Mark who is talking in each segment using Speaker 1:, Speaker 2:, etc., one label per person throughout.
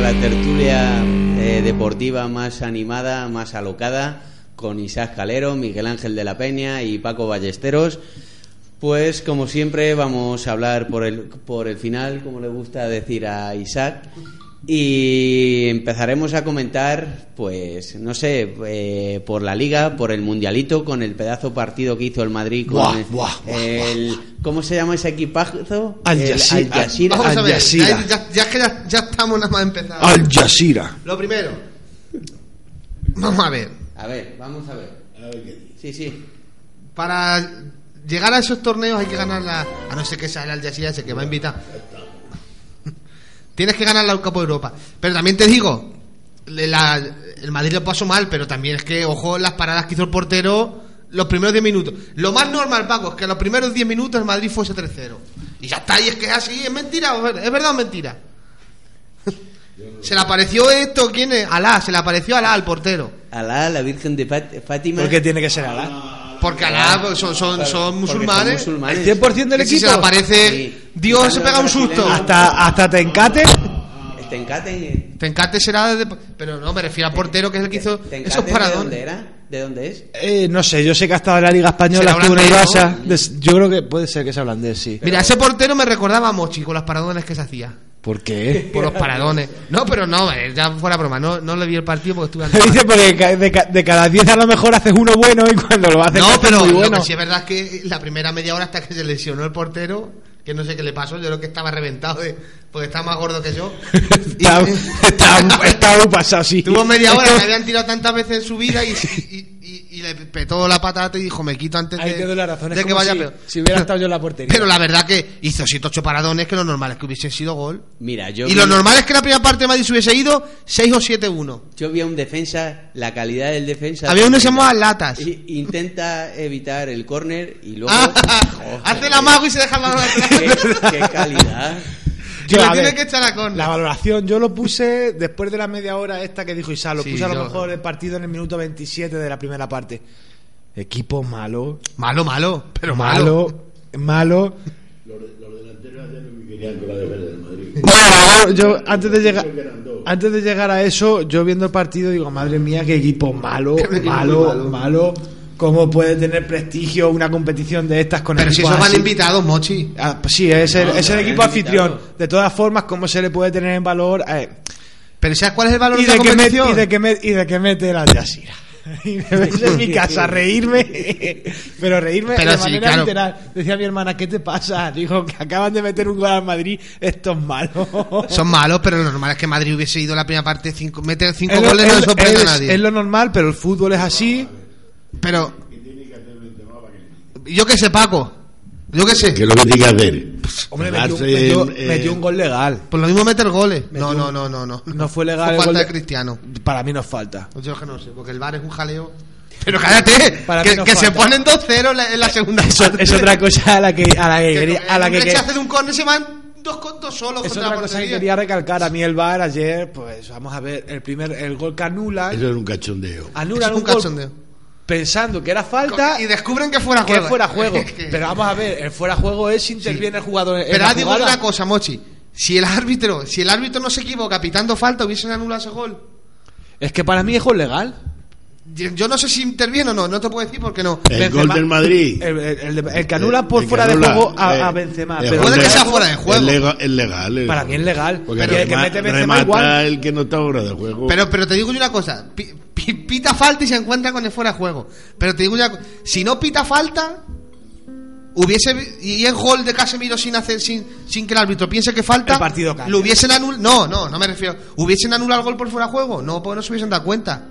Speaker 1: la tertulia eh, deportiva más animada, más alocada, con Isaac Calero, Miguel Ángel de la Peña y Paco Ballesteros. Pues como siempre vamos a hablar por el, por el final, como le gusta decir a Isaac, y empezaremos a comentar, pues no sé, eh, por la liga, por el mundialito, con el pedazo partido que hizo el Madrid con
Speaker 2: Buah,
Speaker 1: el,
Speaker 2: buah, buah,
Speaker 1: el- ¿cómo se llama ese equipazo?
Speaker 2: Al
Speaker 1: El
Speaker 2: Jazeera.
Speaker 1: Al Jazeera.
Speaker 3: Vamos a
Speaker 2: Al
Speaker 3: ver,
Speaker 2: Jazeera.
Speaker 3: ya, ya- ya es que ya, ya estamos nada más empezando.
Speaker 2: Al Jazeera.
Speaker 3: Lo primero, vamos a ver,
Speaker 1: A ver, vamos a ver. Sí, sí.
Speaker 3: para llegar a esos torneos hay que ganar la... A no ser que sea el Al Jazeera ese que va a invitar. Tienes que ganar la Copa Europa. Pero también te digo, le- la- el Madrid lo pasó mal, pero también es que, ojo, las paradas que hizo el portero los primeros 10 minutos. Lo más normal, Paco, es que los primeros 10 minutos el Madrid fuese 3-0. Y ya está, y es que es así, es mentira, o sea, es verdad o mentira. se le apareció esto, ¿quién es? Alá, se le apareció Alá al portero.
Speaker 1: Alá, la Virgen de Fat- Fátima.
Speaker 2: ¿Por qué tiene que ser Alá?
Speaker 3: Porque Alá pues, son, son, son
Speaker 1: Porque son
Speaker 3: musulmanes.
Speaker 2: ¿El
Speaker 1: musulmanes.
Speaker 2: 100% del
Speaker 3: Y si se
Speaker 2: equipo?
Speaker 3: le aparece,
Speaker 1: Sí.
Speaker 3: Dios se pega un susto.
Speaker 2: Hasta, hasta Tencate.
Speaker 1: Tencate.
Speaker 3: Tencate será de- Pero no, me refiero al portero que es el que hizo
Speaker 1: Tencate,
Speaker 3: esos
Speaker 1: ¿De
Speaker 3: paradones.
Speaker 1: dónde era? ¿De dónde es?
Speaker 2: Eh, no sé, yo sé que ha estado en la Liga Española,
Speaker 3: Será
Speaker 2: estuvo en el
Speaker 3: holandés,
Speaker 2: Barça.
Speaker 3: ¿no?
Speaker 2: Des- Yo creo que puede ser que sea holandés, sí.
Speaker 3: Mira, ese portero me recordaba a Mochi con los paradones que se hacía.
Speaker 2: ¿Por qué?
Speaker 3: Por los paradones. No, pero no, eh, ya fuera broma. No, no le vi el partido porque estuve andando.
Speaker 2: Dice porque ca- de, ca- de cada 10 a lo mejor haces uno bueno y cuando lo haces
Speaker 3: No,
Speaker 2: haces
Speaker 3: pero
Speaker 2: muy
Speaker 3: lo
Speaker 2: bueno.
Speaker 3: que sí es verdad es que la primera media hora hasta que se lesionó el portero, que no sé qué le pasó, yo creo que estaba reventado de, porque estaba más gordo que yo.
Speaker 2: está, está, está un pasado, sí.
Speaker 3: Tuvo media hora, que habían tirado tantas veces en su vida y, y- y- y le petó la patata y dijo, me quito antes
Speaker 2: Ahí
Speaker 3: de,
Speaker 2: te doy la razón.
Speaker 3: de
Speaker 2: Es
Speaker 3: que
Speaker 2: como
Speaker 3: vaya
Speaker 2: si,
Speaker 3: peor".
Speaker 2: si hubiera estado yo en la portería.
Speaker 3: Pero la verdad que hizo 7-8 paradones, que lo normal es que hubiesen sido gol.
Speaker 1: Mira, yo
Speaker 3: Y
Speaker 1: vi,
Speaker 3: lo normal es que la primera parte de Madrid se hubiese ido 6 o 7-1.
Speaker 1: yo vi a un defensa, la calidad del defensa.
Speaker 3: Había uno que se llamaba Latas.
Speaker 1: I- Intenta evitar el córner y luego.
Speaker 3: Ah, Hace el amago y se deja la mano
Speaker 1: Qué,
Speaker 3: atrás.
Speaker 1: qué calidad.
Speaker 3: Y
Speaker 2: Yo,
Speaker 3: le
Speaker 2: a
Speaker 3: tiene
Speaker 2: ver,
Speaker 3: que echar a córner.
Speaker 2: La valoración, yo lo puse después de la media hora esta que dijo Isa, lo
Speaker 3: Sí,
Speaker 2: puse a lo
Speaker 3: yo-
Speaker 2: mejor el partido en el minuto 27 de la primera parte. Equipo malo,
Speaker 3: Malo, malo, pero malo.
Speaker 2: malo, malo.
Speaker 4: Madrid.
Speaker 2: Bueno, yo antes de llegar
Speaker 4: Creo que eran dos.
Speaker 2: antes de llegar a eso, yo viendo el partido digo, madre mía, qué equipo malo, malo, malo. ¿Cómo puede tener prestigio una competición de estas con
Speaker 3: Pero si
Speaker 2: equipos
Speaker 3: esos van
Speaker 2: así?
Speaker 3: invitados, Mochi.
Speaker 2: Ah, pues sí, es el,
Speaker 1: No,
Speaker 2: es el
Speaker 1: no,
Speaker 2: equipo
Speaker 1: no,
Speaker 2: anfitrión.
Speaker 1: invitado.
Speaker 2: De todas formas, ¿cómo se le puede tener en valor? Eh,
Speaker 3: Pero ¿sabes cuál es el valor
Speaker 2: y,
Speaker 3: de
Speaker 2: de
Speaker 3: la
Speaker 2: que me,
Speaker 3: competición?
Speaker 2: y, de que me- y de que mete el Al Jazeera. Y me ves en mi casa a reírme, pero reírme
Speaker 3: Pero
Speaker 2: de
Speaker 3: sí,
Speaker 2: manera
Speaker 3: claro.
Speaker 2: literal. Decía mi hermana, ¿qué te pasa? Dijo que acaban de meter un gol al Madrid, esto es malo.
Speaker 3: Son malos, pero lo normal es que Madrid hubiese ido la primera parte, cinco, meter 5
Speaker 2: Es lo-
Speaker 3: goles no le
Speaker 2: es-
Speaker 3: sorprende a
Speaker 2: es-
Speaker 3: nadie.
Speaker 2: Es lo normal, pero el fútbol es así.
Speaker 3: Pero. Yo qué sé, Paco. Yo qué sé.
Speaker 4: ¿Qué es lo que tiene que hacer?
Speaker 2: Hombre, metió,
Speaker 4: Darse
Speaker 2: metió-
Speaker 4: Pues, en- eh, en-
Speaker 2: metió un gol legal.
Speaker 3: Por lo mismo meter goles. eh. No, no, no, no, no.
Speaker 2: No fue legal el
Speaker 3: falta
Speaker 2: gol
Speaker 3: de
Speaker 2: de-
Speaker 3: Cristiano.
Speaker 2: Para mí no es falta.
Speaker 3: Yo que no sé, porque el bar es un jaleo. Pero cállate,
Speaker 2: Para mí
Speaker 3: que,
Speaker 2: no
Speaker 3: que se
Speaker 2: falta.
Speaker 3: ponen 2-0 en la- en la segunda
Speaker 2: Eso
Speaker 3: parte.
Speaker 2: es otra cosa a la que a la que,
Speaker 3: Que
Speaker 2: quería,
Speaker 3: con-
Speaker 2: a la que,
Speaker 3: un
Speaker 2: que-
Speaker 3: rechazo de un córner se van dos, con- dos solos
Speaker 2: es
Speaker 3: contra la
Speaker 2: otra cosa que
Speaker 3: portería.
Speaker 2: quería recalcar a mí el VAR ayer pues vamos a ver el primer el gol que anulan
Speaker 4: Eso era un cachondeo.
Speaker 3: Eso
Speaker 2: anulan
Speaker 3: es
Speaker 2: un,
Speaker 3: un
Speaker 2: gol
Speaker 3: cachondeo.
Speaker 2: pensando que era falta
Speaker 3: Y descubren que fuera
Speaker 2: que
Speaker 3: juego.
Speaker 2: fuera juego
Speaker 3: Que-
Speaker 2: pero vamos a ver el fuera juego es si interviene el jugador en
Speaker 3: Pero
Speaker 2: la
Speaker 3: ahora digo
Speaker 2: jugada.
Speaker 3: una cosa, Mochi. Si el árbitro, si el árbitro no se equivoca pitando falta, hubiesen anulado ese gol.
Speaker 2: es que para mí es gol legal
Speaker 3: Yo yo no sé si interviene o no, no te puedo decir porque no.
Speaker 4: El
Speaker 2: Benzema-
Speaker 4: gol del Madrid.
Speaker 2: el, el- el de- Eh, el que anula por
Speaker 4: El
Speaker 2: fuera
Speaker 4: Carola,
Speaker 2: de juego a,
Speaker 4: eh,
Speaker 2: a Benzema
Speaker 4: el
Speaker 2: pero
Speaker 4: gol
Speaker 3: Puede que
Speaker 4: legal-
Speaker 3: sea fuera de juego.
Speaker 4: Es legal. es legal, es
Speaker 2: Para mí es legal.
Speaker 4: Porque
Speaker 2: Pero el que
Speaker 4: rema-
Speaker 2: mete Benzema
Speaker 4: remata
Speaker 2: igual.
Speaker 4: el que no está fuera de juego.
Speaker 3: Pero, pero te digo yo una cosa, pi- pi- pita falta y se encuentra con el fuera de juego. Pero te digo una co- si no pita falta, hubiese vi- y el gol de Casemiro sin hacer sin, sin que el árbitro piense que falta,
Speaker 2: El partido cambia.
Speaker 3: lo hubiesen anulado. No, no, no me refiero. ¿Hubiesen anulado el gol por fuera de juego? No, pues no se hubiesen dado cuenta.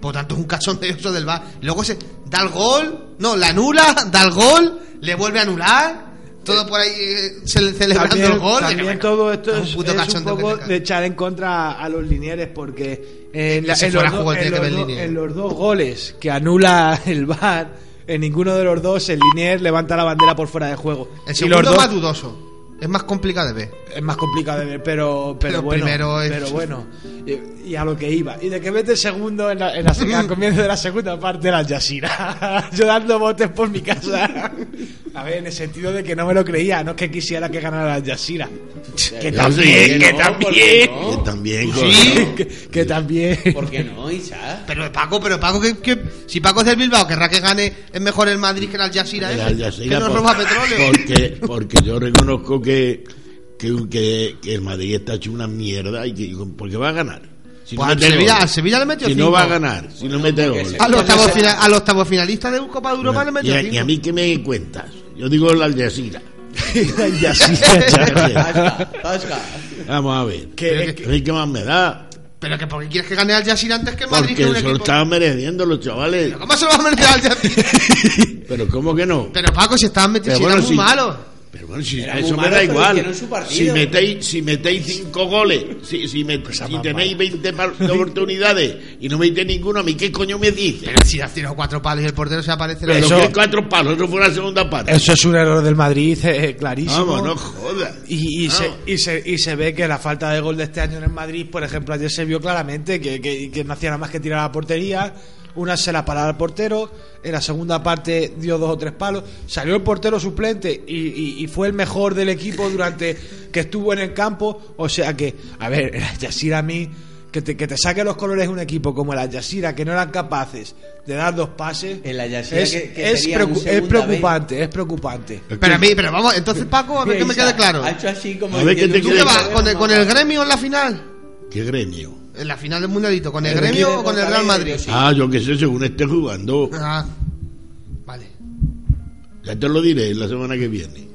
Speaker 3: Por tanto, es un cachondeo eso del VAR. Luego se da el gol, no, la anula, da el gol, le vuelve a anular. Todo por ahí eh, cele- celebrando
Speaker 2: también,
Speaker 3: el gol.
Speaker 2: también
Speaker 3: Bueno,
Speaker 2: todo esto
Speaker 3: un
Speaker 2: es,
Speaker 3: puto
Speaker 2: es un
Speaker 3: cachondeo que
Speaker 2: poco
Speaker 3: te cagas.
Speaker 2: de echar en contra a los linieres porque en, la-
Speaker 3: Ese
Speaker 2: en
Speaker 3: fuera
Speaker 2: los,
Speaker 3: juego
Speaker 2: dos-
Speaker 3: tiene
Speaker 2: en
Speaker 3: que
Speaker 2: los
Speaker 3: ver
Speaker 2: dos-
Speaker 3: linier.
Speaker 2: en los dos goles que anula el VAR, en ninguno de los dos el linier levanta la bandera por fuera de juego.
Speaker 3: El
Speaker 2: y los
Speaker 3: segundo
Speaker 2: dos,
Speaker 3: más dudoso. Es más complicado de ver.
Speaker 2: es más complicado de ver, pero, pero,
Speaker 3: Pero
Speaker 2: bueno.
Speaker 3: primero es-
Speaker 2: Pero bueno, y, y a lo que iba. Y de que mete segundo en, la, en la sec- al comienzo de la segunda parte de la Yasira. Yo dando botes por mi casa. A ver, en el sentido de que no me lo creía, no es que quisiera que ganara la Yasira. Que
Speaker 4: Claro,
Speaker 2: también,
Speaker 4: sí, que
Speaker 1: ¿Por qué no? ¿Por qué
Speaker 4: también.
Speaker 1: no?
Speaker 4: Que también,
Speaker 3: Sí.
Speaker 2: que, que también.
Speaker 1: ¿Por qué no, Isaac?
Speaker 3: Pero Paco, pero Paco, que, que- si Paco es del Bilbao, querrá que gane, es mejor el Madrid que el Al Jazeera,
Speaker 4: El
Speaker 3: ese,
Speaker 4: Al Jazeera,
Speaker 3: que nos
Speaker 4: por-
Speaker 3: roba petróleo.
Speaker 4: Porque, porque yo reconozco que, que, que- que el Madrid está hecho una mierda y que porque va a ganar. Si
Speaker 3: Pues al
Speaker 4: mete
Speaker 3: Sevilla-
Speaker 4: gol.
Speaker 3: al Sevilla le metió
Speaker 4: Si
Speaker 3: cinco.
Speaker 4: no va a ganar, si no mete
Speaker 1: porque
Speaker 4: gol.
Speaker 1: se-
Speaker 3: A los octavos
Speaker 1: Entonces-
Speaker 3: fina- a los octavos finalistas de Copa de Europa le
Speaker 4: y,
Speaker 3: metió
Speaker 4: a,
Speaker 3: cinco.
Speaker 4: y a mí que me cuentas. Yo digo la Al Jazeera.
Speaker 2: la Yasira.
Speaker 1: Tasca, tasca.
Speaker 4: Vamos a ver.
Speaker 2: Que-
Speaker 4: A mí ¿Qué más me da?
Speaker 3: Pero que porque quieres que gane Al Jazeera antes que el Madrid, que
Speaker 4: Porque
Speaker 3: es un
Speaker 4: se lo
Speaker 3: equipo.
Speaker 4: estaban mereciendo los chavales.
Speaker 3: Pero ¿Cómo se lo va a meter Al Jazeera?
Speaker 4: Pero ¿cómo que no?
Speaker 3: pero Paco, si estaban metiendo,
Speaker 4: Pero
Speaker 3: si
Speaker 4: bueno,
Speaker 3: eran muy
Speaker 4: sí.
Speaker 3: malos.
Speaker 4: Pero bueno, si
Speaker 1: Era
Speaker 4: eso
Speaker 1: muy malo,
Speaker 4: me da
Speaker 1: pero
Speaker 4: igual.
Speaker 1: hicieron su
Speaker 4: Si
Speaker 1: partido.
Speaker 4: metéis, si metéis cinco goles, si, si, met- si tenéis 20 par- de oportunidades y no metéis ninguno, ¿a mí qué coño me dices?
Speaker 3: Pero si has tirado cuatro palos y el portero se aparece.
Speaker 4: Pero
Speaker 2: eso-
Speaker 4: que cuatro palos, eso fue la segunda parte.
Speaker 2: Eso es un error del Madrid, eh, clarísimo.
Speaker 4: Vamos, no jodas.
Speaker 2: Y, y,
Speaker 1: Ah.
Speaker 4: No.
Speaker 2: se, y, se, y se ve que la falta de gol de este año en el Madrid, por ejemplo, ayer se vio claramente que, que- que no hacía nada más que tirar a la portería. Una se la paraba al portero, en la segunda parte dio dos o tres palos. Salió el portero suplente y, y- y fue el mejor del equipo durante que estuvo en el campo. O sea que, a ver, el Yasir a mí, que te, que te saque los colores un equipo como el Yasira, que no eran capaces de dar dos pases,
Speaker 1: El Al Jazeera
Speaker 2: es,
Speaker 1: que- que
Speaker 2: es
Speaker 1: sería un
Speaker 2: preocu- es
Speaker 1: segunda B.
Speaker 2: preocupante, es preocupante.
Speaker 3: Pero a mí, pero vamos, entonces Paco, a ver que me
Speaker 1: Isaac,
Speaker 3: quede claro.
Speaker 1: Ha hecho así como
Speaker 4: A ver qué te
Speaker 3: ¿Tú
Speaker 1: diciendo,
Speaker 3: qué
Speaker 4: crees?
Speaker 3: vas? ¿Con el, con el gremio en la final?
Speaker 4: ¿Qué gremio?
Speaker 3: En la final del mundialito, ¿con el
Speaker 1: El
Speaker 3: gremio
Speaker 1: gremio
Speaker 3: o con el
Speaker 1: contra
Speaker 3: Real
Speaker 1: el
Speaker 3: Madrid?
Speaker 1: Elche. Sí.
Speaker 4: Ah, yo qué sé, según esté jugando.
Speaker 3: Ah, vale.
Speaker 4: Ya te lo diré la semana que viene.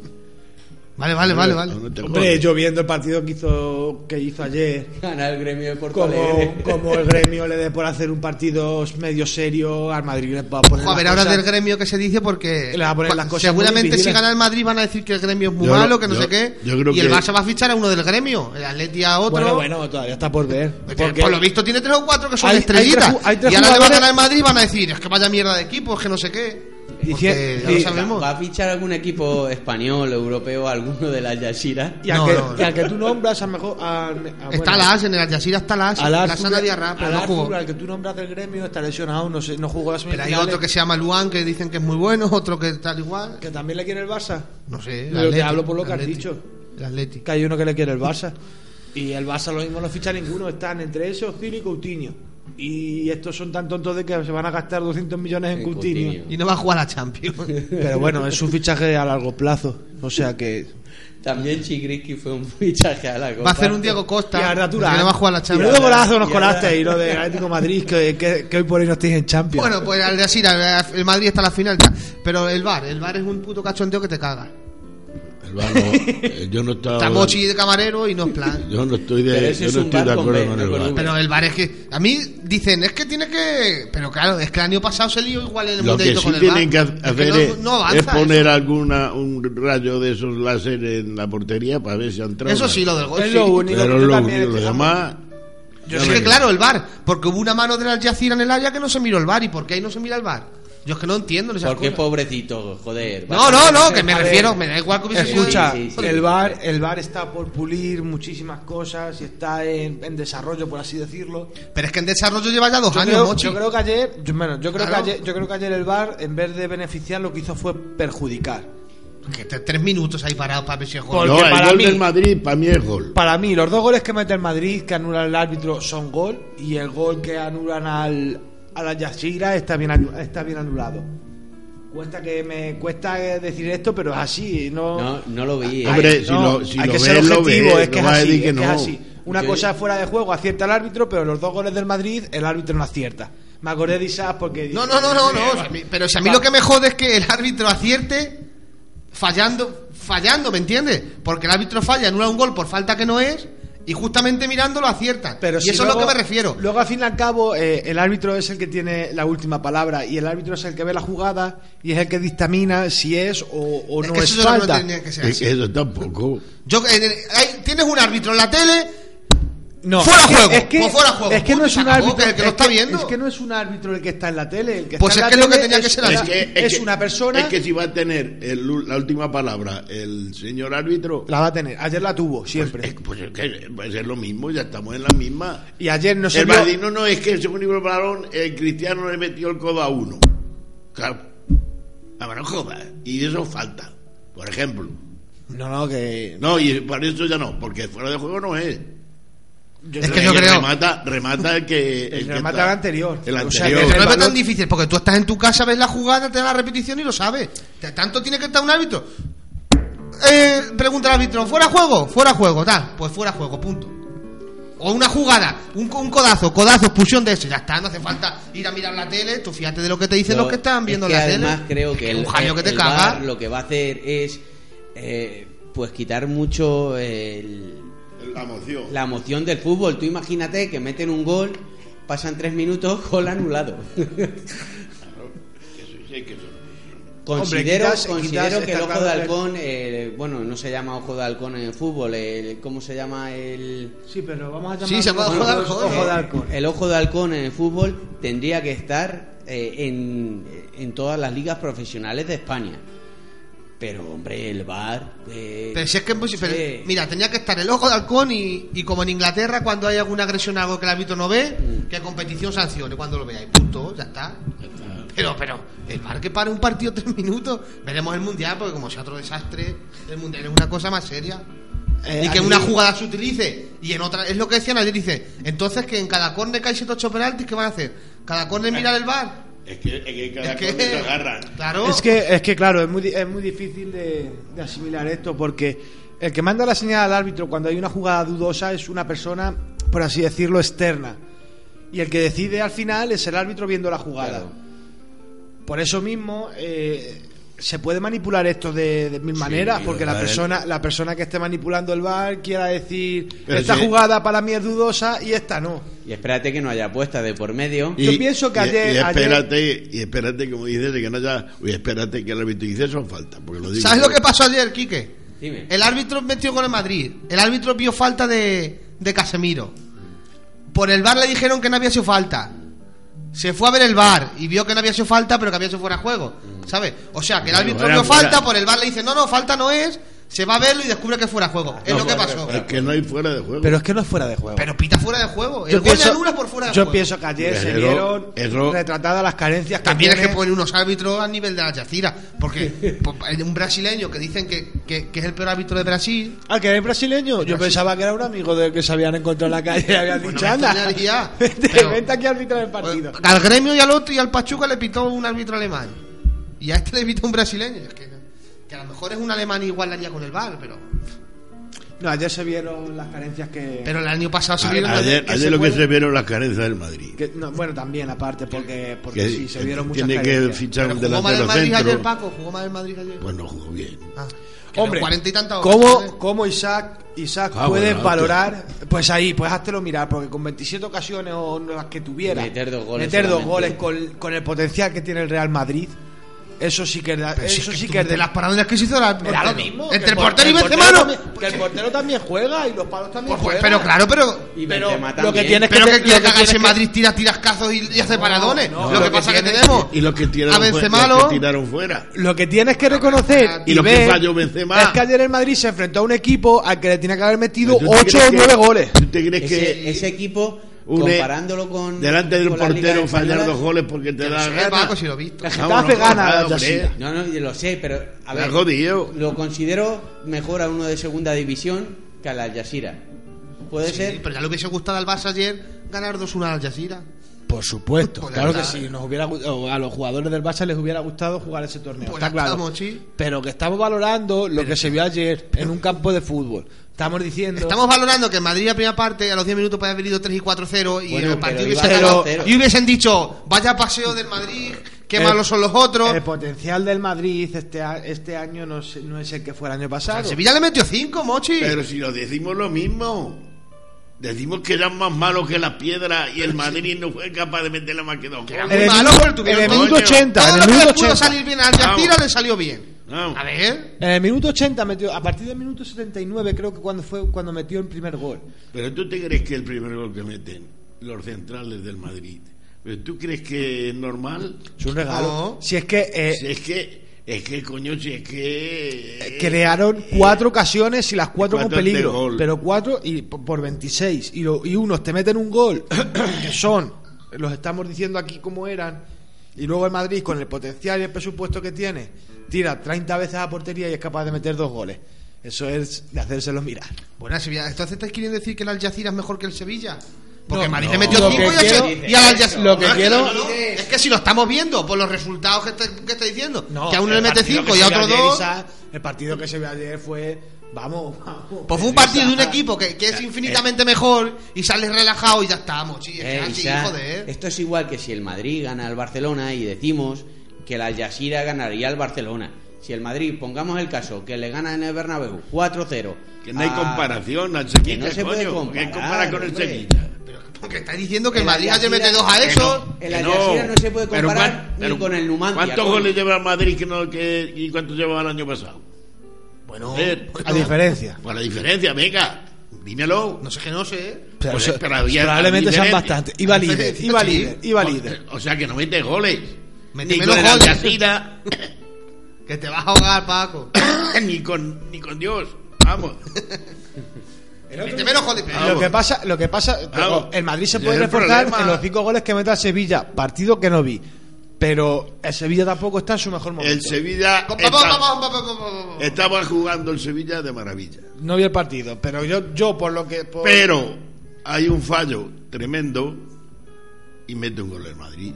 Speaker 3: Vale, vale, vale, vale.
Speaker 4: No, no te
Speaker 2: Hombre,
Speaker 4: jodas.
Speaker 2: yo viendo el partido que hizo, que hizo ayer,
Speaker 1: Gana el gremio de Porto
Speaker 2: como,
Speaker 1: Alegre.
Speaker 2: como el gremio le dé por hacer un partido medio serio, al Madrid le va a poner.
Speaker 3: Ojo, a
Speaker 2: las
Speaker 3: ver ahora
Speaker 2: cosas-
Speaker 3: del gremio que se dice porque
Speaker 2: Le va a poner las cosas muy
Speaker 3: seguramente si
Speaker 2: difíciles.
Speaker 3: gana el Madrid van a decir que el gremio es muy
Speaker 4: Yo lo-
Speaker 3: malo, que no
Speaker 4: yo-
Speaker 3: sé qué.
Speaker 4: yo creo
Speaker 3: y el
Speaker 4: que-
Speaker 3: Barça va a fichar a uno del gremio, el Atleti a otro.
Speaker 2: Bueno, bueno, todavía está por ver.
Speaker 3: Porque
Speaker 2: Porque
Speaker 3: por lo visto tiene tres o cuatro que son
Speaker 2: Hay- hay
Speaker 3: estrellitas.
Speaker 2: tres ju- hay tres
Speaker 3: y ahora le va a
Speaker 2: jugadores-
Speaker 3: ganar el Madrid y van a decir, es que vaya mierda de equipo, es que no sé qué.
Speaker 2: Y
Speaker 3: Porque
Speaker 2: cien-
Speaker 3: ya lo
Speaker 2: y-
Speaker 3: sabemos.
Speaker 1: ¿Va a fichar algún equipo español, europeo, alguno de la Yashira?
Speaker 2: y al
Speaker 3: No,
Speaker 2: que,
Speaker 3: no, no.
Speaker 2: y al que tú nombras, a mejor. A, a-
Speaker 3: Está
Speaker 2: bueno,
Speaker 3: la AS, en el Al Jazeera está la AS.
Speaker 2: al
Speaker 3: La
Speaker 2: Arthur-
Speaker 3: Sana Diarra, pero
Speaker 2: al
Speaker 3: no jugó.
Speaker 2: Arthur, Al que tú nombras del gremio está lesionado, no, sé, no jugó las
Speaker 3: Pero hay
Speaker 2: semifinales.
Speaker 3: otro que se llama Luan, que dicen que es muy bueno, otro que tal igual.
Speaker 2: que también le quiere el Barça.
Speaker 3: No sé. el
Speaker 2: Yo te
Speaker 3: Atleti,
Speaker 2: hablo por lo
Speaker 3: el
Speaker 2: que has
Speaker 3: Atleti,
Speaker 2: dicho.
Speaker 3: El Atleti.
Speaker 2: Que hay uno que le quiere el Barça. Y el Barça lo mismo no ficha ninguno. Están entre esos Ozil y Coutinho. Y estos son tan tontos de que se van a gastar 200 millones en
Speaker 1: En
Speaker 2: Coutinho.
Speaker 1: Coutinho.
Speaker 3: Y no va a jugar a Champions.
Speaker 2: Pero bueno, es un fichaje a largo plazo. O sea que.
Speaker 1: También Chigriski fue un fichaje a la Copa.
Speaker 3: Va a hacer un Diego Costa. Que no va a jugar a la Champions.
Speaker 2: Menudo golazo nos
Speaker 1: Y ahora-
Speaker 2: colaste y lo de Atlético de Madrid, que, que- que hoy por hoy no estáis en Champions.
Speaker 3: Bueno, pues al decir, al- el Madrid está en la final. tal. Pero el bar, el bar es un puto cachondeo que te caga.
Speaker 4: El barro, eh, yo no estaba.
Speaker 3: Está Mochi de camarero y no es plan.
Speaker 4: Yo no estoy de,
Speaker 1: Pero ese
Speaker 4: yo
Speaker 1: es
Speaker 4: no
Speaker 1: un
Speaker 4: estoy de
Speaker 1: bar con
Speaker 4: acuerdo
Speaker 1: B,
Speaker 4: con
Speaker 1: no
Speaker 4: el
Speaker 1: con
Speaker 4: bar.
Speaker 1: V.
Speaker 3: Pero el bar es que. A mí dicen, es que tienes que. Pero claro, es que el año pasado se lió igual en el
Speaker 4: Lo que
Speaker 3: mundialito
Speaker 4: sí
Speaker 3: con el
Speaker 4: tienen
Speaker 3: VAR.
Speaker 4: que
Speaker 3: Es
Speaker 4: hacer
Speaker 3: no-
Speaker 4: es,
Speaker 3: no avanza
Speaker 4: es poner alguna un rayo de esos láser en la portería para ver si han
Speaker 3: eso.
Speaker 4: entrado.
Speaker 3: Eso sí, lo del gol.
Speaker 2: Es
Speaker 3: sí.
Speaker 2: lo único. que
Speaker 4: Pero
Speaker 2: yo
Speaker 4: lo
Speaker 2: también
Speaker 4: único, lo
Speaker 2: estoy-
Speaker 4: demás.
Speaker 3: Yo
Speaker 4: ya
Speaker 3: sé que
Speaker 4: ven.
Speaker 3: claro, el bar. Porque hubo una mano de la Yacira en el área que no se miró el bar. ¿Y por qué ahí no se mira el bar? Yo es que no entiendo esas
Speaker 1: Porque
Speaker 3: cosas.
Speaker 1: pobrecito, joder.
Speaker 3: No, no, no, que me
Speaker 2: A ver,
Speaker 3: refiero. Me da igual que hubiese sido
Speaker 2: Escucha,
Speaker 1: Sí, sí, sí.
Speaker 2: El, bar, el bar está por pulir muchísimas cosas y está en, en desarrollo, por así decirlo.
Speaker 3: Pero es que en desarrollo lleva ya dos
Speaker 2: Yo
Speaker 3: años,
Speaker 2: creo,
Speaker 3: Mochi.
Speaker 2: yo creo que ayer, yo, bueno, yo creo
Speaker 3: Claro.
Speaker 2: que ayer, yo creo que ayer el bar, en vez de beneficiar, lo que hizo fue perjudicar.
Speaker 3: Que te- tres minutos ahí parados para ver si es gol.
Speaker 2: Porque
Speaker 4: No, el
Speaker 2: para
Speaker 4: gol
Speaker 2: mí-
Speaker 4: del Madrid para mí es gol.
Speaker 2: Para mí, los dos goles que mete el Madrid, que anula el árbitro, son gol. Y el gol que anulan al, a la Yashira está bien, anu- está bien anulado. Cuesta que me cuesta eh, decir esto, pero es así. No,
Speaker 1: No, no lo vi. eh.
Speaker 4: Ah, Hombre,
Speaker 2: Ay,
Speaker 4: si
Speaker 2: no,
Speaker 4: lo, si
Speaker 2: hay
Speaker 4: lo
Speaker 2: que
Speaker 4: ves,
Speaker 2: ser
Speaker 4: lo
Speaker 2: objetivo,
Speaker 4: ves,
Speaker 2: es que
Speaker 4: no
Speaker 2: es
Speaker 4: vas a
Speaker 2: así,
Speaker 4: decir que
Speaker 2: es que es
Speaker 4: no.
Speaker 2: así. Una
Speaker 1: Yo-
Speaker 2: cosa es fuera de juego, acierta el árbitro, pero los dos goles del Madrid, el árbitro no acierta. Me acordé de Isaac porque...
Speaker 3: No, no, no, no, no. si a mí- pero si a mí lo que me jode es que el árbitro acierte fallando, fallando, ¿me entiendes? Porque el árbitro falla, anula un gol por falta que no es y justamente mirando lo acierta.
Speaker 2: Pero
Speaker 3: y
Speaker 2: si
Speaker 3: eso es lo
Speaker 2: luego-
Speaker 3: que me refiero.
Speaker 2: Luego, al fin y al cabo, eh, el árbitro es el que tiene la última palabra y el árbitro es el que ve la jugada y es el que dictamina si es o, o
Speaker 3: es
Speaker 2: no
Speaker 3: que
Speaker 2: es
Speaker 3: eso no
Speaker 2: falta.
Speaker 3: tenía que ser
Speaker 4: Es
Speaker 3: así.
Speaker 4: que Eso E-, tampoco.
Speaker 3: Yo, eh, eh, ahí tienes un árbitro en la tele
Speaker 2: No,
Speaker 3: Fuera
Speaker 2: es que-
Speaker 3: juego,
Speaker 2: Es que,
Speaker 3: pues fuera juego.
Speaker 2: es que no
Speaker 3: Punto,
Speaker 2: es
Speaker 3: se
Speaker 2: un
Speaker 3: acabó,
Speaker 2: árbitro.
Speaker 3: que el que lo
Speaker 2: es
Speaker 3: está viendo.
Speaker 2: Es que no es un árbitro el que está en la tele. El que
Speaker 3: Pues
Speaker 2: está
Speaker 3: es
Speaker 2: en
Speaker 3: que es
Speaker 2: la
Speaker 3: lo que
Speaker 2: tele
Speaker 3: tenía que ser
Speaker 2: es,
Speaker 4: Es
Speaker 3: así.
Speaker 4: que, es
Speaker 2: es
Speaker 4: que-
Speaker 2: una persona.
Speaker 4: Es que si va a tener el u- la última palabra el señor árbitro,
Speaker 2: La va a tener. Ayer la tuvo, siempre.
Speaker 4: es, pues, es que- pues es lo mismo, ya estamos en la misma.
Speaker 2: y ayer no se
Speaker 4: el
Speaker 2: vio-
Speaker 4: Madrid no, no, es que según libro balón, el cristiano le metió el codo a uno. Claro. A ver, no jodas. Y eso falta, por ejemplo.
Speaker 2: No, no, que.
Speaker 4: No, y para eso ya no, porque fuera de juego no es.
Speaker 3: Es que
Speaker 4: Y
Speaker 3: yo
Speaker 4: el
Speaker 3: creo-
Speaker 4: Remata, remata el que. El, que
Speaker 2: remata
Speaker 4: está-
Speaker 2: el anterior.
Speaker 4: El
Speaker 2: O sea,
Speaker 4: anterior.
Speaker 2: que
Speaker 3: no es
Speaker 2: balón-
Speaker 3: tan difícil porque tú estás en tu casa, ves la jugada, te da la repetición y lo sabes. T- Tanto tiene que estar un árbitro. Eh, pregunta al árbitro, ¿fuera juego? Fuera juego, tal. Pues fuera juego, punto. O una jugada, un, co- un codazo, codazo, expulsión de ese. Ya está, no hace falta ir a mirar la tele. Tú fíjate de lo que te dicen
Speaker 1: Yo-
Speaker 3: los que están viendo
Speaker 1: es que
Speaker 3: la tele.
Speaker 1: además creo
Speaker 3: Es
Speaker 1: que el,
Speaker 3: un jaleo que te
Speaker 1: el
Speaker 3: caga.
Speaker 1: VAR lo que va a hacer es eh, pues quitar mucho el-
Speaker 4: La moción.
Speaker 1: la emoción del fútbol. Tú imagínate que meten un gol, pasan tres minutos, gol anulado.
Speaker 4: Eso sí, que eso.
Speaker 1: Considero,
Speaker 2: quitas-
Speaker 1: considero
Speaker 2: quitas-
Speaker 1: que
Speaker 2: está
Speaker 1: el ojo
Speaker 2: claro
Speaker 1: de
Speaker 2: que-
Speaker 1: halcón, eh, bueno, no se llama ojo de halcón en el fútbol, el- ¿cómo se llama el...?
Speaker 2: Sí, pero vamos a llamar.
Speaker 3: Sí, se llama ojo de halcón,
Speaker 2: Ojo de
Speaker 3: eh.
Speaker 2: halcón.
Speaker 1: El ojo de halcón en el fútbol tendría que estar eh, en, en todas las ligas profesionales de España. Pero, hombre, el VAR... eh,
Speaker 3: Pero si es que es muy
Speaker 1: sí.
Speaker 3: diferente. Mira, tenía que estar el ojo de halcón y, y como en Inglaterra, cuando hay alguna agresión a algo que el árbitro no ve, que competición sancione cuando lo veáis. Punto, ya está. Pero, pero, el bar que para un partido tres minutos, veremos el mundial, porque como sea otro desastre, el mundial es una cosa más seria.
Speaker 2: Eh,
Speaker 3: y que
Speaker 2: a
Speaker 3: en
Speaker 2: mí-
Speaker 3: una jugada se utilice y en otra, es lo que decían ayer, dice, entonces que en cada córner que hay siete ocho penaltis, ¿qué van a hacer? ¿Cada córner mirar el bar?
Speaker 4: Es que, es que cada
Speaker 3: Es que,
Speaker 4: cosa se agarran.
Speaker 3: claro,
Speaker 2: Es que, es que claro, es muy, di- es muy difícil de, de asimilar esto porque el que manda la señal al árbitro cuando hay una jugada dudosa es una persona, por así decirlo, externa. Y el que decide al final es el árbitro viendo la jugada.
Speaker 1: Claro.
Speaker 2: Por eso mismo eh, se puede manipular esto de, de mil maneras,
Speaker 4: el
Speaker 2: porque la
Speaker 4: VAR es-
Speaker 2: persona, la persona que esté manipulando el bar quiera decir
Speaker 4: Pero
Speaker 2: esta
Speaker 4: sí.
Speaker 2: jugada para mí es dudosa y esta no.
Speaker 1: Y espérate que no haya apuesta de por medio.
Speaker 2: Yo pienso que
Speaker 4: y-
Speaker 2: ayer-
Speaker 4: Y espérate, y espérate, como dices, de que no haya. Y espérate que el árbitro dice eso falta. Porque lo digo.
Speaker 3: ¿sabes lo que pasó ayer, Quique?
Speaker 1: Dime.
Speaker 3: El árbitro metió con el Madrid. El árbitro vio falta de, de Casemiro. Por el bar le dijeron que no había sido falta. Se fue a ver el bar y vio que no había sido falta, pero que había sido fuera de juego. ¿Sabes? O sea, que el
Speaker 4: Bueno,
Speaker 3: árbitro
Speaker 4: era
Speaker 3: vio
Speaker 4: fuera.
Speaker 3: falta, por el bar le dice, no, no, falta no es. Se va a verlo y descubre que es fuera de juego. Es
Speaker 4: No,
Speaker 3: lo que
Speaker 4: fuera-
Speaker 3: pasó.
Speaker 4: Es que no hay fuera de juego.
Speaker 2: Pero es que no es fuera de juego.
Speaker 3: Pero pita fuera de juego. El gol le anula por fuera de
Speaker 2: yo
Speaker 3: juego.
Speaker 2: pienso que ayer se
Speaker 4: Error,
Speaker 2: vieron
Speaker 4: error.
Speaker 2: retratadas las carencias que
Speaker 3: También es que
Speaker 2: tiene.
Speaker 3: ponen unos árbitros a nivel de la Yacira. Porque po- un brasileño que dicen que, que- que es el peor árbitro de Brasil.
Speaker 2: Ah, que era el brasileño. Yo pensaba que era un amigo del que se habían encontrado en la calle y habían
Speaker 3: Bueno,
Speaker 2: dicho,
Speaker 3: me
Speaker 2: anda,
Speaker 3: extrañaría,
Speaker 2: vente,
Speaker 3: pero-
Speaker 2: vente aquí a arbitrar el partido.
Speaker 3: Pues, Al gremio y al otro y al Pachuca le pitó un árbitro alemán. Y a este le pitó un brasileño. Es que, que a lo mejor es un alemán igual la haría con el VAR, pero.
Speaker 2: No, ayer se vieron las carencias que...
Speaker 3: Pero el año pasado se
Speaker 4: A-
Speaker 3: vieron
Speaker 4: Ah, ayer
Speaker 3: que
Speaker 4: ayer
Speaker 3: se
Speaker 4: lo que
Speaker 3: puede-
Speaker 4: se vieron las carencias del Madrid.
Speaker 2: que- no, bueno, también aparte, porque, porque
Speaker 4: Que eh,
Speaker 2: sí, se vieron muchas
Speaker 4: tiene que
Speaker 2: carencias.
Speaker 4: fichar
Speaker 3: Pero
Speaker 4: un
Speaker 3: jugó mal el
Speaker 4: delantero
Speaker 3: Madrid ayer,
Speaker 4: centro.
Speaker 3: Paco. Jugó mal el Madrid ayer.
Speaker 4: Pues no jugó bien.
Speaker 3: Ah, que
Speaker 2: Hombre,
Speaker 3: los 40 y ¿eh? tantas ocasiones-
Speaker 2: ¿cómo, cómo Isaac, Isaac
Speaker 4: Ah,
Speaker 2: puede
Speaker 4: bueno,
Speaker 2: valorar? Pues ahí, pues háztelo mirar, porque con 27 ocasiones o las que tuviera,
Speaker 1: Meter dos goles
Speaker 2: meter dos goles
Speaker 1: solamente.
Speaker 2: con, con el potencial que tiene el Real Madrid, eso sí que, es la-
Speaker 3: Pero si
Speaker 2: eso
Speaker 3: es que
Speaker 2: sí
Speaker 3: tú
Speaker 2: que es
Speaker 3: de
Speaker 2: de
Speaker 3: las paradas que se hizo era el
Speaker 2: Era lo
Speaker 3: portero.
Speaker 2: mismo.
Speaker 3: Entre el
Speaker 2: por-
Speaker 3: portero y Benzema,
Speaker 2: portero
Speaker 3: no.
Speaker 2: también- Que el portero también juega y los palos también
Speaker 3: Pues,
Speaker 2: juegan.
Speaker 3: pero claro, pero.
Speaker 1: y
Speaker 2: pero
Speaker 1: Benzema
Speaker 2: lo que
Speaker 1: también.
Speaker 2: tiene-
Speaker 3: Pero
Speaker 2: que-
Speaker 3: que
Speaker 2: lo
Speaker 3: quiere
Speaker 2: que
Speaker 3: que haga
Speaker 2: tiene
Speaker 3: si en
Speaker 2: que-
Speaker 3: Madrid tira tirazcazos y, y hace paradones.
Speaker 2: no,
Speaker 3: lo, que, pasa es que
Speaker 2: tiene-
Speaker 3: tenemos.
Speaker 4: Y los que
Speaker 3: a
Speaker 4: tiraron, fue-
Speaker 3: Benzema
Speaker 4: los
Speaker 3: lo-
Speaker 4: que tiraron fuera.
Speaker 2: Lo que tienes que reconocer
Speaker 4: Y
Speaker 2: y,
Speaker 4: lo que
Speaker 2: ver
Speaker 4: falló Benzema.
Speaker 2: es que ayer el Madrid se enfrentó a un equipo al que le tiene que haber metido
Speaker 4: ¿Tú te
Speaker 2: 8
Speaker 4: crees
Speaker 2: o
Speaker 4: que-
Speaker 2: 9 goles.
Speaker 4: ¿Tú te crees
Speaker 1: ese,
Speaker 4: que
Speaker 1: ese equipo,
Speaker 4: un-
Speaker 1: comparándolo con...
Speaker 4: delante del
Speaker 1: con las ligas
Speaker 4: portero fallar
Speaker 1: españolas-
Speaker 4: dos goles porque te da
Speaker 3: Pero
Speaker 4: la
Speaker 3: si es Paco,
Speaker 4: gana?
Speaker 3: si lo he visto.
Speaker 2: La gente
Speaker 4: Vamos,
Speaker 2: hace
Speaker 4: no,
Speaker 2: gana
Speaker 4: nada,
Speaker 2: la
Speaker 4: hombre.
Speaker 2: Yasira.
Speaker 1: No, no, yo lo sé, pero a
Speaker 4: Me
Speaker 1: ver,
Speaker 4: ha jodido.
Speaker 1: lo considero mejor a uno de segunda división que a la Yasira. Puede
Speaker 3: Sí,
Speaker 1: ser.
Speaker 3: Pero ya le hubiese gustado al Barça ayer ganar 2-1 al Jazeera.
Speaker 2: Por supuesto,
Speaker 3: Pues la
Speaker 2: claro que
Speaker 3: verdad.
Speaker 2: sí. Nos hubiera, gu- o a los jugadores del Barça les hubiera gustado jugar ese torneo,
Speaker 3: Pues
Speaker 2: está
Speaker 3: ya
Speaker 2: claro.
Speaker 3: estamos, sí.
Speaker 2: Pero que estamos valorando lo que se vio ayer en un campo de fútbol. Estamos diciendo.
Speaker 3: Estamos valorando que en Madrid, la primera parte, a los 10 minutos puede haber ido 3 y 4-0 y
Speaker 1: Bueno,
Speaker 3: el partido
Speaker 1: pero iba
Speaker 3: hubiese acabado-
Speaker 1: 0-0.
Speaker 3: Y hubiesen dicho, vaya paseo del Madrid, qué
Speaker 2: El-
Speaker 3: malos son los otros.
Speaker 2: El potencial del Madrid este, a- este año no, es- no es el que fue el año
Speaker 3: Al
Speaker 2: pasado.
Speaker 3: Sevilla le metió 5, Mochi.
Speaker 4: Pero si lo decimos lo mismo. Decimos que eran más malos que las piedras y el Madrid no fue capaz de meterla más que dos
Speaker 3: Era
Speaker 4: goles.
Speaker 2: En el
Speaker 3: muy malo,
Speaker 2: minuto-
Speaker 3: pero tuvieron
Speaker 2: en el
Speaker 3: todo.
Speaker 2: minuto 80, en
Speaker 3: Todo lo
Speaker 2: el
Speaker 3: que le
Speaker 2: minuto
Speaker 3: pudo
Speaker 2: 80.
Speaker 3: salir bien al Jazeera
Speaker 4: Vamos.
Speaker 3: le salió bien.
Speaker 4: Vamos.
Speaker 3: A ver.
Speaker 2: En el minuto 80 metió, a partir del minuto 79 creo que cuando fue cuando metió el primer gol.
Speaker 4: Pero tú te crees que el primer gol que meten los centrales del Madrid, pero tú crees que es normal?
Speaker 2: Es un regalo.
Speaker 3: No.
Speaker 2: Si es que eh,
Speaker 4: Si es que, es que coño, si es
Speaker 1: Eh,
Speaker 4: que.
Speaker 2: Eh, crearon cuatro ocasiones y las cuatro con
Speaker 4: Cuatro de
Speaker 2: peligro,
Speaker 4: gol.
Speaker 2: pero cuatro y por por 26 y, lo- y unos te meten un gol que son los estamos diciendo aquí como eran y luego el Madrid con el potencial y el presupuesto que tiene tira 30 veces a portería y es capaz de meter dos goles. Eso es de hacérselo mirar.
Speaker 3: Bueno, Sevilla, entonces estás queriendo decir que el Al Jazeera es mejor que el Sevilla. Porque
Speaker 2: No,
Speaker 3: el Madrid
Speaker 2: no.
Speaker 3: le metió
Speaker 2: Lo que
Speaker 3: 5 y,
Speaker 2: quiero-
Speaker 3: al- y al Al Jazeera.
Speaker 2: lo que
Speaker 3: No, es
Speaker 2: quiero-
Speaker 3: no, no, Es que si lo estamos viendo por los resultados que está, que está diciendo, que a uno le
Speaker 2: el
Speaker 3: mete
Speaker 2: partido
Speaker 3: 5
Speaker 2: que
Speaker 3: y a
Speaker 2: se vio
Speaker 3: otro
Speaker 2: ayer,
Speaker 3: 2.
Speaker 2: Isa, El partido que se vio ayer fue. Vamos, vamos.
Speaker 3: Pues fue un partido de un equipo que,
Speaker 2: Eh,
Speaker 3: que es infinitamente mejor y sales relajado y ya estamos. Sí, es que
Speaker 1: Eh,
Speaker 3: así,
Speaker 1: Isaac,
Speaker 3: joder.
Speaker 1: Esto es igual que si el Madrid gana al Barcelona y decimos que el Al Jazeera ganaría al Barcelona. Si el Madrid, pongamos el caso, que le gana en el Bernabéu 4-0.
Speaker 4: Que no hay
Speaker 1: a-
Speaker 4: comparación al Sevilla.
Speaker 1: Ah, que no se
Speaker 4: coño,
Speaker 1: puede
Speaker 4: ¿Qué
Speaker 1: comparar,
Speaker 4: compara con el
Speaker 1: hombre.
Speaker 4: Sevilla?
Speaker 3: Pero porque estás diciendo que el
Speaker 1: El Al
Speaker 3: Madrid ayer
Speaker 1: Jazeera-
Speaker 3: mete 2 a
Speaker 1: que
Speaker 3: eso.
Speaker 1: El
Speaker 4: Que
Speaker 1: Al
Speaker 4: no.
Speaker 1: Jazeera no se puede
Speaker 4: Pero
Speaker 1: comparar
Speaker 4: cuán-
Speaker 1: ni
Speaker 4: pero
Speaker 1: con el Numancia.
Speaker 4: ¿Cuántos
Speaker 1: coño.
Speaker 4: goles lleva el Madrid que no, que, y cuántos llevaba el año pasado?
Speaker 3: Bueno,
Speaker 4: Joder.
Speaker 3: bueno,
Speaker 2: A diferencia.
Speaker 4: Pues la diferencia, venga, dímelo.
Speaker 3: No sé que no sé.
Speaker 2: Pero
Speaker 4: Pues
Speaker 2: eso-
Speaker 4: es- pero había-
Speaker 2: probablemente sean
Speaker 4: diferencia.
Speaker 2: bastantes. Iba líder, iba líder, iba
Speaker 3: Pues,
Speaker 2: líder.
Speaker 4: O, o sea que no metes goles.
Speaker 3: Méteme
Speaker 4: ni
Speaker 3: los
Speaker 4: con el Al
Speaker 3: goles.
Speaker 4: Jazeera,
Speaker 3: Que te vas a ahogar, Paco.
Speaker 4: ni con ni con Dios. Vamos.
Speaker 3: Méteme los goles.
Speaker 2: Lo
Speaker 4: Ah, Vamos.
Speaker 2: que pasa, lo que pasa,
Speaker 3: Ah,
Speaker 4: Vamos.
Speaker 2: el Madrid se
Speaker 4: Ese
Speaker 2: puede
Speaker 4: es el
Speaker 2: reforzar
Speaker 4: problema.
Speaker 2: en los cinco goles que meta Sevilla, partido que no vi. Pero el Sevilla tampoco está en su mejor momento.
Speaker 4: El Sevilla
Speaker 3: Vamos,
Speaker 4: está-
Speaker 3: vamos, vamos, vamos, vamos, vamos.
Speaker 4: estaba jugando el Sevilla de maravilla.
Speaker 2: No vi el partido, pero yo, yo por lo que por-
Speaker 4: Pero hay un fallo tremendo y mete un gol el Madrid.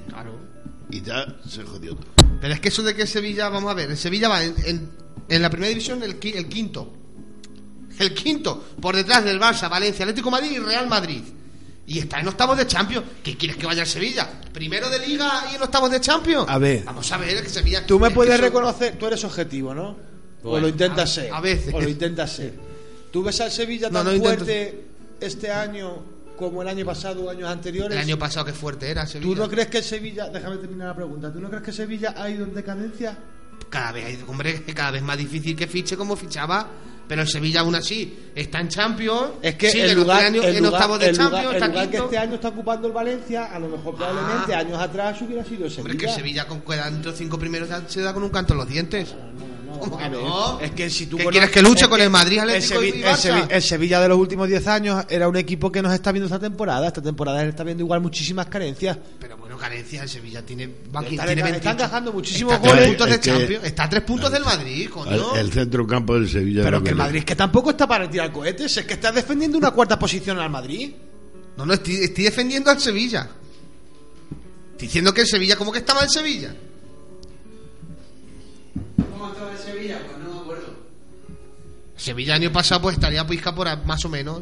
Speaker 4: Y ya se jodió todo.
Speaker 3: Pero es que eso de que Sevilla, vamos a ver, el Sevilla va en, en- en la primera división el, qui- el quinto. El quinto, por detrás del Barça, Valencia, Atlético de Madrid y Real Madrid. Y está en octavos de Champions. ¿Qué quieres que vaya el Sevilla? ¿Primero de Liga y en octavos de Champions?
Speaker 2: A ver.
Speaker 3: Vamos a ver, el Sevilla.
Speaker 2: tú me
Speaker 3: es que
Speaker 2: puedes
Speaker 3: eso-
Speaker 2: reconocer, tú eres objetivo, ¿no? o
Speaker 1: Bueno,
Speaker 2: lo intentas
Speaker 3: a-
Speaker 2: ser.
Speaker 3: a veces.
Speaker 2: O lo intentas ser. ¿Tú ves al Sevilla
Speaker 3: No,
Speaker 2: tan
Speaker 3: no intento-
Speaker 2: fuerte este año como el año pasado o años anteriores?
Speaker 3: El año pasado que fuerte era Sevilla.
Speaker 2: ¿Tú no crees que Sevilla, déjame terminar la pregunta, ¿tú no crees que Sevilla ha ido en decadencia?
Speaker 3: Cada vez, hay- hombre, cada vez más difícil que fiche como fichaba. Pero el Sevilla aún así está en Champions.
Speaker 2: Es que
Speaker 3: sigue
Speaker 2: el
Speaker 3: en octavo
Speaker 2: lugar,
Speaker 3: año-
Speaker 2: el
Speaker 3: en
Speaker 2: lugar-
Speaker 3: octavos de
Speaker 2: el lugar-
Speaker 3: Champions
Speaker 2: el
Speaker 3: está
Speaker 2: lugar que
Speaker 3: quinto.
Speaker 2: este año está ocupando el Valencia, a lo mejor probablemente años atrás hubiera sido el
Speaker 3: Hombre, es
Speaker 2: Sevilla.
Speaker 3: que el Sevilla con que da entre los cinco primeros da- se da con un canto en los dientes. ¿Cómo que
Speaker 2: A ver,
Speaker 3: no?
Speaker 2: Es que si tú
Speaker 3: ¿Qué
Speaker 2: conoces-
Speaker 3: quieres que luche
Speaker 2: es
Speaker 3: con el Madrid, Atlético
Speaker 2: Sevi-
Speaker 3: y
Speaker 2: el
Speaker 3: Barça?
Speaker 2: Sevi- el Sevilla de los últimos 10 años era un equipo que nos está viendo esta temporada. Esta temporada está viendo igual muchísimas carencias.
Speaker 3: Pero bueno, carencia, el Sevilla tiene, va,
Speaker 2: Está-
Speaker 3: tiene
Speaker 2: está-
Speaker 3: 28.
Speaker 2: está encajando muchísimos
Speaker 3: Está a tres
Speaker 4: goles.
Speaker 3: puntos de
Speaker 4: Es que-
Speaker 3: Champions. Está a tres puntos del Madrid, coño.
Speaker 4: El, el centrocampo del Sevilla.
Speaker 2: Pero
Speaker 4: era
Speaker 2: que el
Speaker 4: bueno.
Speaker 2: Madrid que tampoco está para tirar cohetes, es que está defendiendo una cuarta posición al Madrid.
Speaker 3: No, no, estoy, estoy defendiendo al Sevilla. Estoy Diciendo que el Sevilla, ¿cómo que está mal el Sevilla?
Speaker 1: ¿Cómo estaba el Sevilla? Pues no me acuerdo.
Speaker 3: Sevilla año pasado pues estaría pizca por a- más o menos.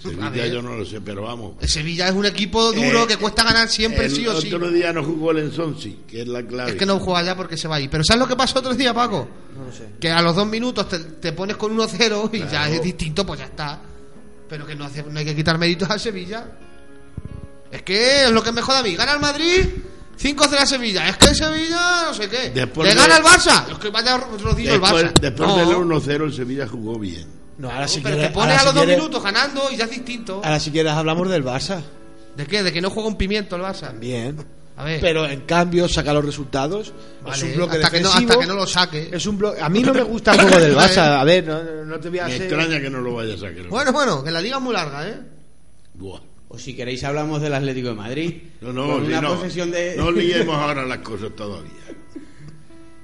Speaker 3: A
Speaker 4: Sevilla
Speaker 3: ver,
Speaker 4: yo no lo sé, pero vamos.
Speaker 3: El Sevilla es un equipo duro
Speaker 4: Eh,
Speaker 3: que cuesta ganar siempre,
Speaker 4: el
Speaker 3: sí o sí.
Speaker 4: otro día no jugó el Ensonsi, que es la clave.
Speaker 3: Es que no juega ya porque se va ahí. Pero ¿sabes lo que pasó otro día, Paco?
Speaker 2: No lo sé.
Speaker 3: Que a los dos minutos te, te pones con 1-0 y ya es distinto, pues ya está. Pero que no, hace, no hay que quitar méritos al Sevilla. Es que es lo que me jode a mí. Gana el Madrid, 5-0 a Sevilla. Es que el Sevilla, no sé qué.
Speaker 4: Después
Speaker 3: Le
Speaker 4: de-
Speaker 3: gana el Barça. Es que vaya rodillo el
Speaker 4: después
Speaker 3: Barça.
Speaker 4: después
Speaker 3: No,
Speaker 4: del 1-0 el Sevilla jugó bien.
Speaker 2: No, ahora si
Speaker 3: pero
Speaker 2: quieres-
Speaker 3: te
Speaker 2: ahora Ah.
Speaker 3: pones a
Speaker 2: si
Speaker 3: los dos
Speaker 2: quieres-
Speaker 3: minutos ganando y ya es distinto.
Speaker 2: Ahora si quieres hablamos del Barça.
Speaker 3: ¿De qué? De que no juega un pimiento el Barça.
Speaker 2: Bien.
Speaker 3: A ver.
Speaker 2: Pero en cambio saca los resultados.
Speaker 3: Vale,
Speaker 2: es un bloque
Speaker 3: hasta que no-
Speaker 2: defensivo.
Speaker 3: hasta que no lo saque.
Speaker 2: Es un bloque. A mí no me gusta el juego del Barça. A ver, no, no- no te voy a
Speaker 4: Me
Speaker 2: hacer.
Speaker 4: extraña que no lo vaya a sacar.
Speaker 3: Bueno, bueno, que la liga es muy larga, ¿eh?
Speaker 4: Buah.
Speaker 1: O si queréis hablamos del Atlético de Madrid.
Speaker 4: No, no,
Speaker 1: Con
Speaker 4: sí,
Speaker 1: una
Speaker 4: no.
Speaker 1: posesión de...
Speaker 4: No liemos ahora las cosas todavía.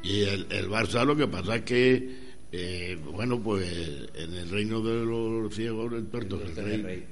Speaker 4: Y el, el Barça lo que pasa es que, eh, bueno, pues en el reino de los ciegos el tuerto es el
Speaker 1: Del
Speaker 4: rey.
Speaker 1: Rey.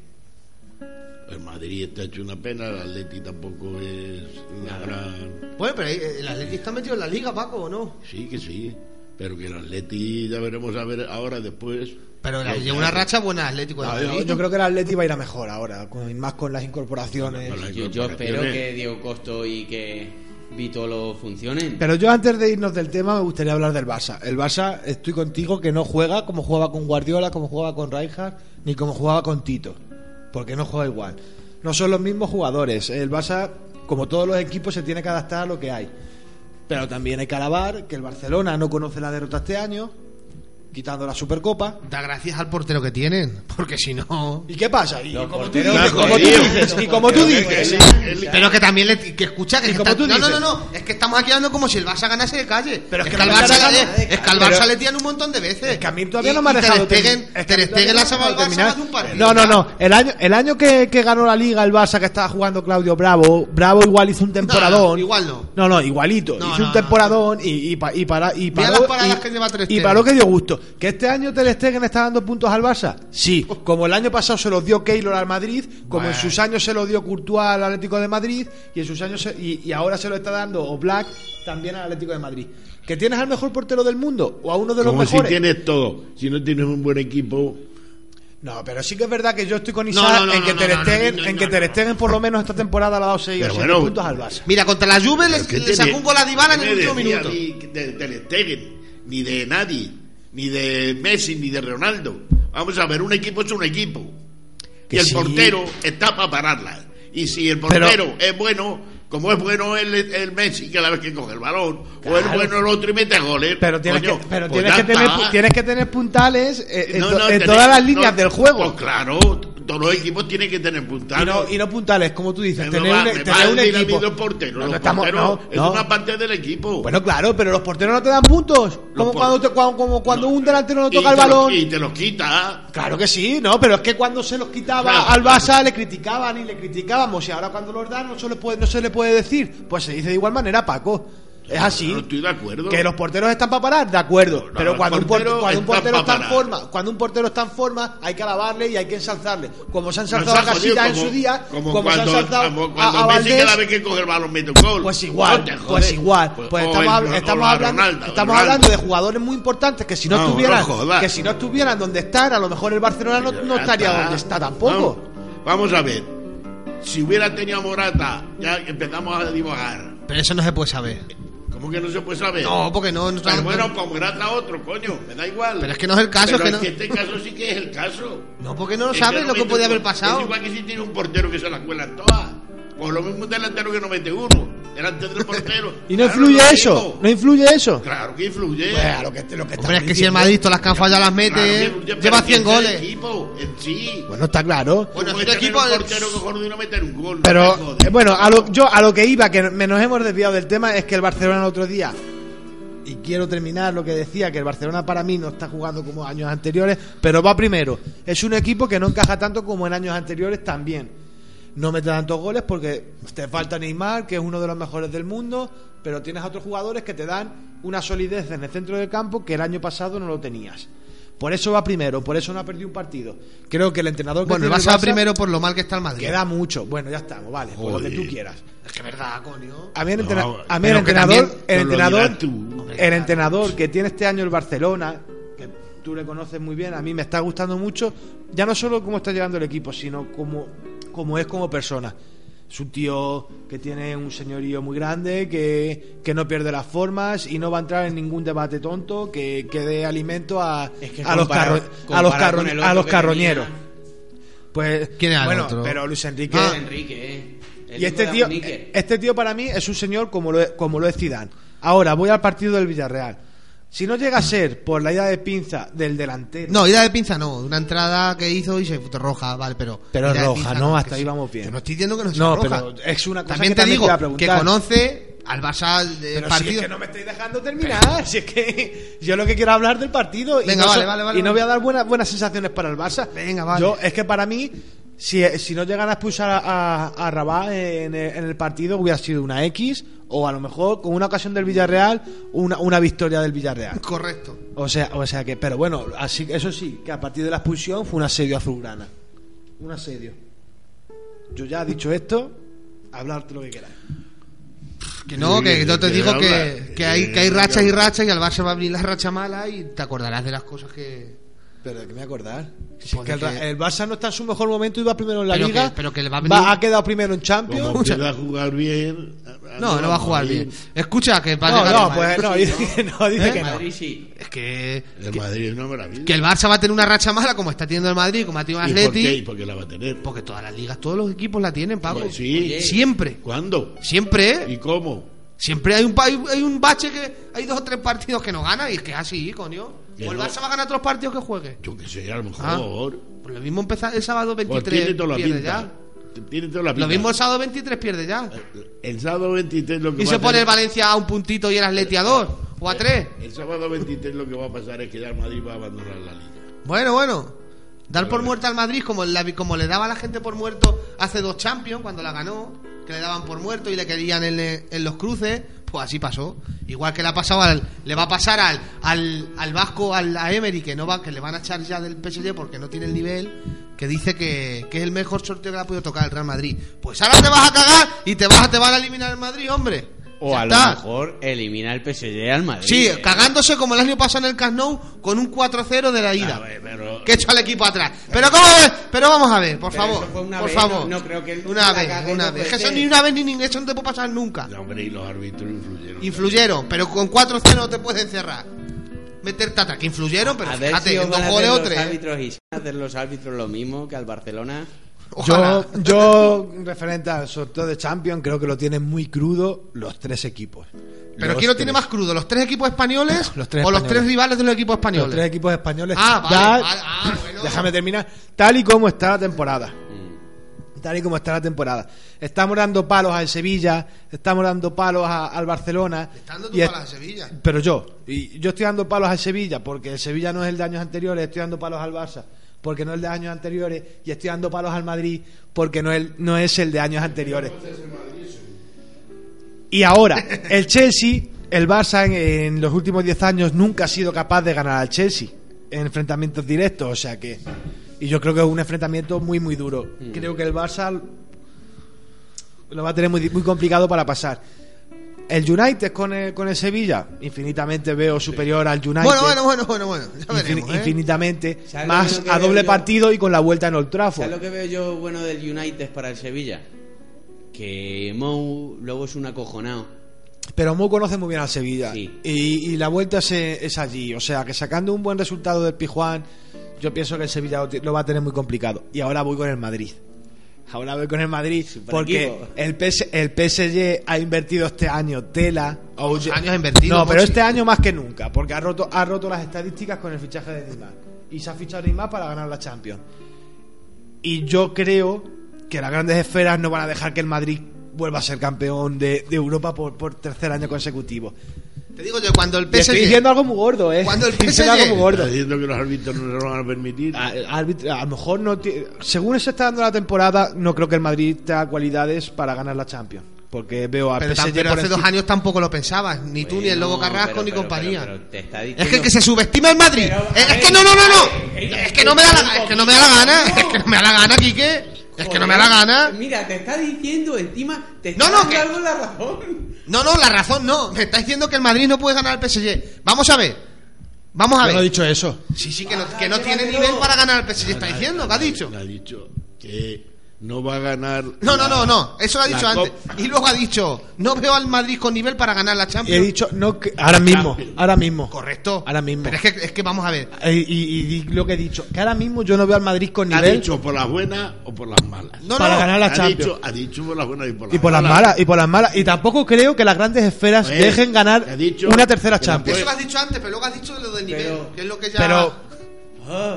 Speaker 4: El Madrid está hecho una pena, el Atleti tampoco es una gran...
Speaker 3: Bueno, pero eh, el Atleti está metido en la liga, Paco, ¿o no?
Speaker 4: Sí, que sí, pero que el Atleti ya veremos a ver ahora después.
Speaker 3: Pero
Speaker 4: Lo
Speaker 3: la-
Speaker 4: que
Speaker 3: lleva una
Speaker 4: hace.
Speaker 3: racha buena el Atlético. de
Speaker 2: No,
Speaker 3: Madrid.
Speaker 2: yo, yo creo que el Atleti va a ir a mejor ahora, con, más con las incorporaciones.
Speaker 4: Con las
Speaker 1: Yo, yo espero
Speaker 4: incorporaciones.
Speaker 1: que Diego Costo y que Vitolo funcionen.
Speaker 2: Pero yo antes de irnos del tema me gustaría hablar del Barça. El Barça, estoy contigo, que no juega como jugaba con Guardiola, como jugaba con Rijkaard, ni como jugaba con Tito. Porque no juega igual. No son los mismos jugadores. El Barça, como todos los equipos, se tiene que adaptar a lo que hay. Pero también hay que alabar que el Barcelona no conoce la derrota este año, quitando la Supercopa.
Speaker 3: Da gracias al portero que tienen, porque si no.
Speaker 2: ¿Y qué pasa? Y
Speaker 1: Los
Speaker 2: como tú
Speaker 1: porteros
Speaker 2: dices,
Speaker 4: de
Speaker 2: como tú
Speaker 4: Corío.
Speaker 2: dices, y como tú
Speaker 4: Pero que-
Speaker 2: dices,
Speaker 4: que- que-
Speaker 3: Pero que también le que escucha que,
Speaker 2: Pues, Y como
Speaker 3: está-
Speaker 2: tú
Speaker 3: no, no,
Speaker 2: dices-
Speaker 3: no, no, es que estamos aquí hablando como si el Barça ganase de calle.
Speaker 2: Pero es
Speaker 3: es
Speaker 2: que
Speaker 3: que al
Speaker 2: el
Speaker 3: Barça,
Speaker 2: Barça
Speaker 3: le-
Speaker 2: gana de
Speaker 3: es que al
Speaker 2: calle.
Speaker 3: Barça
Speaker 2: Pero-
Speaker 3: le tiran un montón de veces.
Speaker 2: Es que a mí todavía
Speaker 3: Y-
Speaker 2: no me ha
Speaker 3: y Ter
Speaker 2: dejado
Speaker 3: Stegen-
Speaker 2: terminar. Es que a
Speaker 3: Ter
Speaker 2: mí todavía
Speaker 3: Stegen
Speaker 2: no
Speaker 3: la
Speaker 2: me ha
Speaker 3: salva al
Speaker 2: dejado
Speaker 3: Barça más
Speaker 2: terminar.
Speaker 3: de un
Speaker 2: No,
Speaker 3: partido.
Speaker 2: no, no. El año, el año que, que ganó la liga el Barça, que estaba jugando Claudio Bravo, Bravo igual hizo un temporadón.
Speaker 3: No, no, igual no.
Speaker 2: No, no, igualito.
Speaker 3: No,
Speaker 2: hizo
Speaker 3: no,
Speaker 2: un
Speaker 3: no.
Speaker 2: temporadón y, y, pa- y para, y
Speaker 3: Mira
Speaker 2: paró.
Speaker 3: las paradas
Speaker 2: y,
Speaker 3: que lleva Ter
Speaker 2: y
Speaker 3: Stegen.
Speaker 2: paró que dio gusto. ¿Que este año Ter Stegen está dando puntos al Barça? Sí. Como el año pasado se los dio Keylor al Madrid, como en
Speaker 3: Bueno.
Speaker 2: sus años se los dio Courtois al Atlético de Madrid y en sus años se- y, y ahora se lo está dando o Black también al Atlético de Madrid. ¿Que tienes al mejor portero del mundo o a uno de los
Speaker 4: Como si
Speaker 2: mejores?
Speaker 4: tienes todo. Si no tienes un buen equipo,
Speaker 2: No, pero sí que es verdad que yo estoy con
Speaker 3: No,
Speaker 2: Isaac
Speaker 3: no, no,
Speaker 2: en que
Speaker 3: no,
Speaker 2: Ter
Speaker 3: no, no,
Speaker 2: Stegen,
Speaker 3: no, no,
Speaker 2: en que
Speaker 3: no,
Speaker 2: Ter
Speaker 3: no.
Speaker 2: Stegen por lo menos esta temporada le ha dado 6 o
Speaker 4: Pero
Speaker 2: 7
Speaker 4: bueno.
Speaker 2: puntos al Barça.
Speaker 3: Mira, contra la Juve le,
Speaker 4: ¿Qué
Speaker 3: le
Speaker 4: te
Speaker 3: sacó
Speaker 4: di-
Speaker 3: un gol a Dybala en
Speaker 4: qué
Speaker 3: el
Speaker 4: me
Speaker 3: último
Speaker 4: decía
Speaker 3: minuto.
Speaker 4: a mí de, Ter Stegen, ni de nadie, ni de Messi, ni de Ronaldo. Vamos a ver, un equipo es un equipo.
Speaker 2: Que
Speaker 4: y el
Speaker 2: sí.
Speaker 4: portero está para pararla. Y si el
Speaker 2: Pero-
Speaker 4: portero es bueno, como es bueno el, el Messi cada vez que coge el balón, o es
Speaker 2: Claro.
Speaker 4: bueno el otro y mete goles.
Speaker 2: Pero tienes,
Speaker 4: coño,
Speaker 2: que, pero
Speaker 4: pues
Speaker 2: tienes,
Speaker 4: ya
Speaker 2: que tener,
Speaker 4: está.
Speaker 2: pu- tienes que tener puntales eh, en,
Speaker 4: No,
Speaker 2: to-
Speaker 4: no,
Speaker 2: en
Speaker 4: tenés-
Speaker 2: todas las
Speaker 4: no,
Speaker 2: líneas del juego.
Speaker 4: pues claro, todos los equipos tienen que tener
Speaker 2: y,
Speaker 4: puntales.
Speaker 2: no, y no puntales, como tú dices,
Speaker 4: Me
Speaker 2: tener
Speaker 4: va-
Speaker 2: un, e,
Speaker 4: me
Speaker 2: tener
Speaker 4: va a
Speaker 2: un
Speaker 4: decir a mí
Speaker 2: equipo.
Speaker 4: los porteros.
Speaker 2: No, no
Speaker 4: los
Speaker 2: estamos-
Speaker 4: porteros
Speaker 2: no,
Speaker 4: es
Speaker 2: no.
Speaker 4: una parte del equipo.
Speaker 2: Bueno, claro, pero los porteros no te dan puntos. Como
Speaker 4: por-
Speaker 2: cuando, te- cuando- como cuando
Speaker 4: No,
Speaker 2: un delantero no
Speaker 4: y
Speaker 2: toca el
Speaker 4: te lo-
Speaker 2: balón.
Speaker 4: y te los quita.
Speaker 2: Claro que sí, no, pero es que cuando se los quitaba
Speaker 4: Claro.
Speaker 2: al Barça le criticaban y le criticábamos y ahora cuando los dan no se, le puede, no se le puede decir, pues se dice de igual manera Paco, es así.
Speaker 4: No estoy de acuerdo.
Speaker 2: Que los porteros están para parar, de acuerdo.
Speaker 4: No,
Speaker 2: pero
Speaker 4: el
Speaker 2: cuando,
Speaker 4: portero
Speaker 2: un por- cuando un
Speaker 4: está
Speaker 2: portero
Speaker 4: pa'
Speaker 2: está en
Speaker 4: parar.
Speaker 2: forma, cuando un portero está en forma, hay que alabarle y hay que ensalzarle. Como se han
Speaker 4: Nos
Speaker 2: saltado
Speaker 4: ha
Speaker 2: a
Speaker 4: jodido
Speaker 2: Casillas en
Speaker 4: como-
Speaker 2: su día,
Speaker 4: como,
Speaker 2: como, se
Speaker 4: cuando,
Speaker 2: han saltado
Speaker 4: como cuando
Speaker 2: a, a
Speaker 4: Messi
Speaker 2: Valdés,
Speaker 4: cada vez que coge el balón mete un gol.
Speaker 2: pues igual,
Speaker 4: No te jodes.
Speaker 2: pues igual. Pues
Speaker 4: o
Speaker 2: estamos,
Speaker 4: el-
Speaker 2: hab-
Speaker 4: o
Speaker 2: estamos
Speaker 4: a
Speaker 2: hablando,
Speaker 4: Ronaldo,
Speaker 2: estamos
Speaker 4: Ronaldo.
Speaker 2: hablando de jugadores muy importantes que si no,
Speaker 4: No, no
Speaker 2: estuvieran,
Speaker 4: jodas.
Speaker 2: que si no estuvieran donde están, a lo mejor el Barcelona no, no
Speaker 4: Ya
Speaker 2: estaría
Speaker 4: está.
Speaker 2: donde está tampoco.
Speaker 4: Vamos, vamos a ver. Si hubiera tenido a Morata, ya empezamos a dibujar.
Speaker 3: Pero eso no se puede saber.
Speaker 4: ¿Cómo que no se puede saber?
Speaker 3: No, porque no. no-
Speaker 4: Pero
Speaker 3: no-
Speaker 4: bueno, con Morata otro, coño, me da igual.
Speaker 3: Pero es que no es el caso,
Speaker 4: Pero
Speaker 3: que no-
Speaker 4: que este caso sí que es el caso.
Speaker 3: no, porque no lo
Speaker 4: Es
Speaker 3: sabes
Speaker 4: no
Speaker 3: lo que
Speaker 4: mete
Speaker 3: podía
Speaker 4: un-
Speaker 3: haber
Speaker 4: Es
Speaker 3: pasado.
Speaker 4: igual que si tiene un portero que se la cuelan todas. Por lo mismo un delantero que no mete uno. Delante del portero.
Speaker 2: Y no
Speaker 4: Claro,
Speaker 2: influye
Speaker 4: lo
Speaker 2: eso,
Speaker 4: mismo.
Speaker 2: no influye eso.
Speaker 4: Claro que influye.
Speaker 2: Pues, lo que- lo que
Speaker 3: Hombre, es
Speaker 2: están
Speaker 3: que si el
Speaker 2: diciendo-
Speaker 3: Madrid todas las que han fallado las
Speaker 4: Claro que
Speaker 3: mete, ¿eh?
Speaker 4: influye, pero
Speaker 3: lleva
Speaker 4: que
Speaker 3: 100
Speaker 4: es el
Speaker 3: goles.
Speaker 4: equipo en sí.
Speaker 2: Bueno, pues está claro.
Speaker 4: Bueno,
Speaker 3: Bueno,
Speaker 4: puede
Speaker 3: este
Speaker 4: tener
Speaker 3: equipo
Speaker 4: un
Speaker 3: es-
Speaker 4: portero que coordina meter un gol. no
Speaker 2: Pero
Speaker 4: me jodas.
Speaker 2: eh, bueno, a lo- yo a lo que iba, que me- nos hemos desviado del tema, es que el Barcelona el otro día, y quiero terminar lo que decía, que el Barcelona para mí no está jugando como años anteriores, pero va primero. Es un equipo que no encaja tanto como en años anteriores también. No mete tantos goles porque te falta Neymar, que es uno de los mejores del mundo, pero tienes a otros jugadores que te dan una solidez en el centro del campo que el año pasado no lo tenías. Por eso va primero, por eso no ha perdido un partido. Creo que el entrenador que
Speaker 3: Bueno, el
Speaker 2: tiene
Speaker 3: Barça va
Speaker 2: Barça-
Speaker 3: primero por lo mal que está el Madrid.
Speaker 2: Pues Queda mucho. Bueno, ya estamos, vale. Por lo que tú
Speaker 4: Joder.
Speaker 2: quieras.
Speaker 3: Es que es verdad, coño.
Speaker 2: A mí el,
Speaker 4: No,
Speaker 2: entrena- a mí el
Speaker 3: pero que
Speaker 2: entrenador,
Speaker 3: también
Speaker 2: el
Speaker 4: no lo dirás
Speaker 2: entrenador,
Speaker 4: tú.
Speaker 2: el entrenador que tiene este año el Barcelona, que tú le conoces muy bien, a mí me está gustando mucho, ya no solo cómo está llegando el equipo, sino como, como es como persona. Su tío que tiene un señorío muy grande, que, que no pierde las formas y no va a entrar en ningún debate tonto, que, que dé alimento a,
Speaker 1: Es que
Speaker 2: a, los,
Speaker 1: comparado-
Speaker 2: carro- a
Speaker 1: comparado
Speaker 2: los,
Speaker 1: con
Speaker 2: carro-
Speaker 1: el
Speaker 2: a los
Speaker 1: otro que
Speaker 2: carroñeros.
Speaker 1: tenía.
Speaker 2: Pues,
Speaker 3: ¿Quién era el
Speaker 2: bueno,
Speaker 3: otro?
Speaker 2: pero Luis Enrique
Speaker 3: Ah,
Speaker 1: Enrique, eh. El
Speaker 2: y
Speaker 1: hijo
Speaker 2: este
Speaker 1: de
Speaker 2: tío,
Speaker 3: Eh,
Speaker 1: Amunique.
Speaker 2: este tío para mí es un señor como lo, es- como lo es Zidane. Ahora voy al partido del Villarreal. Si no llega a ser por la ida de pinza del delantero,
Speaker 3: No, ida de pinza no. Una entrada que hizo y se puto roja, vale, pero.
Speaker 2: Pero
Speaker 3: ida de
Speaker 2: roja, ¿no? Hasta
Speaker 3: que
Speaker 2: ahí
Speaker 3: sí.
Speaker 2: vamos bien.
Speaker 3: Que no estoy diciendo que no sea
Speaker 2: No,
Speaker 3: roja.
Speaker 2: pero es una cosa
Speaker 3: también
Speaker 2: que
Speaker 3: te
Speaker 2: también
Speaker 3: digo
Speaker 2: te iba a preguntar.
Speaker 3: que conoce al Barça eh,
Speaker 2: Pero si
Speaker 3: partido.
Speaker 2: es que no me estáis dejando terminar, si es que yo lo que quiero hablar del partido y
Speaker 3: Venga,
Speaker 2: no,
Speaker 3: vale,
Speaker 2: so-
Speaker 3: vale, vale,
Speaker 2: y no
Speaker 3: vale.
Speaker 2: voy a dar buenas buenas sensaciones para el Barça.
Speaker 3: Venga, vale.
Speaker 2: Yo es que para mí si, si no llegan a expulsar a, a- a Rabat en, el- en el partido hubiera sido una X o a lo mejor con una ocasión del Villarreal una, una victoria del Villarreal.
Speaker 3: Correcto.
Speaker 2: O sea, o sea que, pero bueno, así eso sí, que a partir de la expulsión fue un asedio azulgrana. Un asedio. Yo ya he dicho esto, hablarte lo que queráis.
Speaker 3: Que no, que yo te
Speaker 4: que
Speaker 3: digo
Speaker 4: habla.
Speaker 3: que, que hay, que hay
Speaker 4: Eh,
Speaker 3: rachas
Speaker 4: que-
Speaker 3: y rachas y al Barça va a abrir la racha mala y te acordarás de las cosas que.
Speaker 2: Pero de qué me acordar. Si
Speaker 3: Pues
Speaker 2: es que el,
Speaker 3: de
Speaker 2: Ra-
Speaker 3: que-
Speaker 2: el Barça no está en su mejor momento, iba primero en la
Speaker 3: Pero que-
Speaker 2: liga.
Speaker 3: pero que le va a venir-
Speaker 2: ha quedado primero en Champions.
Speaker 4: Como empieza a jugar bien. a- a-
Speaker 3: No, no va a jugar bien. Escucha, que va a
Speaker 2: no,
Speaker 3: llegar
Speaker 2: no,
Speaker 3: el
Speaker 2: pues
Speaker 3: Madrid.
Speaker 2: no, dice que no, dice
Speaker 3: ¿Eh?
Speaker 2: que no.
Speaker 1: Madrid sí.
Speaker 3: Es que.
Speaker 4: El Madrid es una maravilla.
Speaker 3: Que el Barça va a tener una racha mala como está teniendo el Madrid, como ha tenido el
Speaker 4: ¿Y por qué? ¿Y
Speaker 3: Atleti.
Speaker 4: por qué la va a tener?
Speaker 3: Porque todas las ligas, todos los equipos la tienen, Paco.
Speaker 4: Pues sí.
Speaker 3: Siempre.
Speaker 4: ¿Cuándo?
Speaker 3: Siempre,
Speaker 4: ¿Y
Speaker 3: ¿eh?
Speaker 4: cómo?
Speaker 3: Siempre hay un, pa- hay, hay un bache que hay dos o tres partidos que no ganan y es que es así, coño. O el
Speaker 4: no.
Speaker 3: Barça va a ganar otros partidos que juegue.
Speaker 4: Yo qué sé, a lo
Speaker 3: Ah.
Speaker 4: mejor.
Speaker 3: Pues lo mismo empezar el sábado
Speaker 4: Pues
Speaker 3: 23
Speaker 4: tiene toda la
Speaker 3: pierde
Speaker 4: pinta.
Speaker 3: ya.
Speaker 4: Tiene toda la pinta.
Speaker 3: Lo
Speaker 4: Eh,
Speaker 3: mismo el sábado 23 pierde ya.
Speaker 4: El sábado 23 lo que
Speaker 3: Y
Speaker 4: va
Speaker 3: se
Speaker 4: a
Speaker 3: pone el
Speaker 4: hacer-
Speaker 3: Valencia a un puntito y el Atleti a dos o a tres.
Speaker 4: El sábado 23 lo que va a pasar es que ya el Madrid va a abandonar la liga.
Speaker 3: Bueno, bueno. Dar por muerto al Madrid como, la- como le daba a la gente por muerto hace dos Champions cuando la ganó, que le daban por muerto y le querían en, en los cruces, pues así pasó. Igual que le ha pasado al- le va a pasar al, al, al Vasco, al a Emery, que no va, que le van a echar ya del PSG porque no tiene el nivel, que dice que, que es el mejor sorteo que le ha podido tocar el Real Madrid. Pues ahora te vas a cagar y te vas a- te van a eliminar el Madrid, hombre.
Speaker 1: O
Speaker 3: Ya
Speaker 1: a
Speaker 3: está.
Speaker 1: lo mejor elimina el PSG al Madrid.
Speaker 3: Sí,
Speaker 1: eh.
Speaker 3: cagándose como el año pasado en el Camp Nou con un 4-0 de la ida
Speaker 1: Ah,
Speaker 4: A ver, pero-
Speaker 3: que echó al equipo atrás. Pero cómo es? pero vamos a ver, por
Speaker 1: Pero
Speaker 3: favor,
Speaker 1: eso fue una
Speaker 3: por
Speaker 1: vez,
Speaker 3: favor.
Speaker 1: no- no creo que él
Speaker 3: una
Speaker 1: la
Speaker 3: vez,
Speaker 1: cague,
Speaker 3: una
Speaker 1: no
Speaker 3: vez.
Speaker 1: puede
Speaker 3: Que eso
Speaker 1: ser.
Speaker 3: ni una vez ni ninguna, eso no te puede pasar nunca.
Speaker 4: No, hombre, y los árbitros influyeron.
Speaker 3: Influyeron, pero con 4-0 no te pueden cerrar. Meter tata, que influyeron, pero
Speaker 1: a ver
Speaker 3: fíjate,
Speaker 1: si os
Speaker 3: en dos
Speaker 1: van a
Speaker 3: goles
Speaker 1: hacer
Speaker 3: o
Speaker 1: los
Speaker 3: tres. ¿eh?
Speaker 1: árbitros y si van a hacer los árbitros lo mismo que al Barcelona.
Speaker 3: Ojalá.
Speaker 2: Yo, yo, referente al sorteo de Champions, creo que lo tienen muy crudo los tres equipos.
Speaker 3: pero
Speaker 2: Los
Speaker 3: ¿quién lo tiene
Speaker 2: tres.
Speaker 3: más crudo? ¿Los tres equipos españoles
Speaker 2: Los tres
Speaker 3: o los
Speaker 2: españoles.
Speaker 3: tres rivales de los equipos
Speaker 2: Los
Speaker 3: españoles?
Speaker 2: tres equipos españoles.
Speaker 3: Ah, vale,
Speaker 2: tal-
Speaker 3: vale, ah, bueno.
Speaker 2: Déjame terminar. Tal y como está la temporada.
Speaker 1: Mm.
Speaker 2: Tal y como está la temporada. Estamos dando palos al Sevilla, estamos dando palos a- al Barcelona.
Speaker 3: Está dando
Speaker 2: y
Speaker 3: tú
Speaker 2: es-
Speaker 3: para la Sevilla.
Speaker 2: Pero yo, y yo estoy dando palos al Sevilla porque el Sevilla no es el de años anteriores, estoy dando palos al Barça porque no es el de años anteriores y estoy dando palos al Madrid porque no, es- no es el de años anteriores. Y ahora, el Chelsea, el Barça en, en los últimos 10 años nunca ha sido capaz de ganar al Chelsea en enfrentamientos directos, o sea que... Y yo creo que es un enfrentamiento muy, muy duro. Creo que el Barça lo va a tener muy, muy complicado para pasar. El United con el, con el Sevilla, infinitamente veo superior al United.
Speaker 3: Bueno, bueno, bueno, bueno, bueno. Ya
Speaker 2: Infin-
Speaker 3: veremos, ¿eh?
Speaker 2: Infinitamente.
Speaker 1: ¿Sabes lo
Speaker 2: Más
Speaker 1: bueno que
Speaker 2: a
Speaker 1: veo
Speaker 2: doble
Speaker 1: yo?
Speaker 2: partido y con la vuelta en Old
Speaker 1: ¿Sabes lo
Speaker 2: Trafford.
Speaker 1: que veo yo bueno del United para el Sevilla? Que Mou luego es un acojonado.
Speaker 2: Pero Mo conoce muy bien al Sevilla.
Speaker 1: Sí.
Speaker 2: Y, y la vuelta se- es allí. O sea, que sacando un buen resultado del Pijuán, yo pienso que el Sevilla lo, ti- lo va a tener muy complicado. Y ahora voy con el Madrid. Ahora voy con el Madrid
Speaker 1: Super
Speaker 2: porque
Speaker 1: equipo.
Speaker 2: el, PS el PSG ha invertido este año tela.
Speaker 4: Ah,
Speaker 3: Dos años pues invertidos,
Speaker 2: No, pero
Speaker 3: Mochi.
Speaker 2: este año más que nunca, porque ha roto, ha roto las estadísticas con el fichaje de Neymar. Y se ha fichado a Neymar para ganar la Champions. Y yo creo que las grandes esferas no van a dejar que el Madrid vuelva a ser campeón de, de Europa por, por tercer año consecutivo.
Speaker 3: Te digo yo, cuando el
Speaker 2: Y estoy diciendo
Speaker 3: PSG.
Speaker 2: algo muy gordo, ¿eh?
Speaker 3: Cuando el
Speaker 2: Estoy diciendo
Speaker 3: PSG
Speaker 2: algo muy gordo.
Speaker 4: Está diciendo que los árbitros no se lo van a permitir.
Speaker 3: Ah,
Speaker 2: A, árbitro- a lo mejor no ti- según se está dando la temporada, no creo que el Madrid tenga cualidades para ganar la Champions. Porque veo a
Speaker 3: Pero,
Speaker 2: PSG
Speaker 3: tan- pero
Speaker 2: por
Speaker 3: hace dos
Speaker 2: enci-
Speaker 3: años tampoco lo pensabas, ni tú, ni el Lobo
Speaker 1: Bueno,
Speaker 3: Carrasco,
Speaker 1: Pues pero-
Speaker 3: ni
Speaker 1: pero-
Speaker 3: compañía.
Speaker 1: pero- pero te está
Speaker 3: Es que,
Speaker 1: diciendo-
Speaker 3: que se subestima el Madrid.
Speaker 1: Pero, eh,
Speaker 3: es,
Speaker 1: a
Speaker 3: es
Speaker 1: ver,
Speaker 3: que no, no, no,
Speaker 1: a
Speaker 3: no.
Speaker 1: ver,
Speaker 3: Es que no me da la, es que no me da la gana. Es que no me da la gana, Quique. Es que no me da la gana.
Speaker 1: Mira, te está diciendo encima. Te
Speaker 3: No,
Speaker 1: está
Speaker 3: no,
Speaker 1: dando
Speaker 3: que-
Speaker 1: algo la razón.
Speaker 3: No, no, la razón no. Me está diciendo que el Madrid no puede ganar al PSG. Vamos a ver. Vamos a
Speaker 2: Yo no he
Speaker 3: ver.
Speaker 2: dicho eso.
Speaker 3: Sí, sí, que no, que no
Speaker 1: Bájate,
Speaker 3: tiene
Speaker 1: bájate,
Speaker 3: nivel
Speaker 1: no.
Speaker 3: para ganar al PSG. Está diciendo, ¿qué ha dicho?
Speaker 4: Ha dicho que no va a ganar.
Speaker 3: No, no,
Speaker 4: la-
Speaker 3: no, no. Eso lo ha
Speaker 4: la
Speaker 3: dicho antes.
Speaker 4: Copa.
Speaker 3: Y luego ha dicho, no veo al Madrid con nivel para ganar la
Speaker 2: He
Speaker 3: Champions.
Speaker 2: dicho, no, que- ahora mismo, ahora mismo.
Speaker 3: Correcto.
Speaker 2: Ahora mismo.
Speaker 3: Pero es que, es que vamos a ver.
Speaker 2: Eh, Y, y di lo que he dicho, que ahora mismo yo no veo al Madrid con
Speaker 4: Ha
Speaker 2: nivel
Speaker 4: dicho por las buenas o por las malas.
Speaker 3: No,
Speaker 2: para
Speaker 3: no.
Speaker 2: ganar la
Speaker 4: ha,
Speaker 2: Champions.
Speaker 4: dicho, ha dicho por las buenas y por las
Speaker 2: y por las malas, y por las malas. Y tampoco creo que las grandes esferas
Speaker 4: Pues,
Speaker 2: dejen ganar
Speaker 4: he dicho
Speaker 2: una tercera
Speaker 4: que
Speaker 2: Champions.
Speaker 3: Eso lo has dicho antes, pero luego has dicho lo del nivel,
Speaker 1: Pero-
Speaker 3: que es lo que ya...
Speaker 2: Pues- Pero,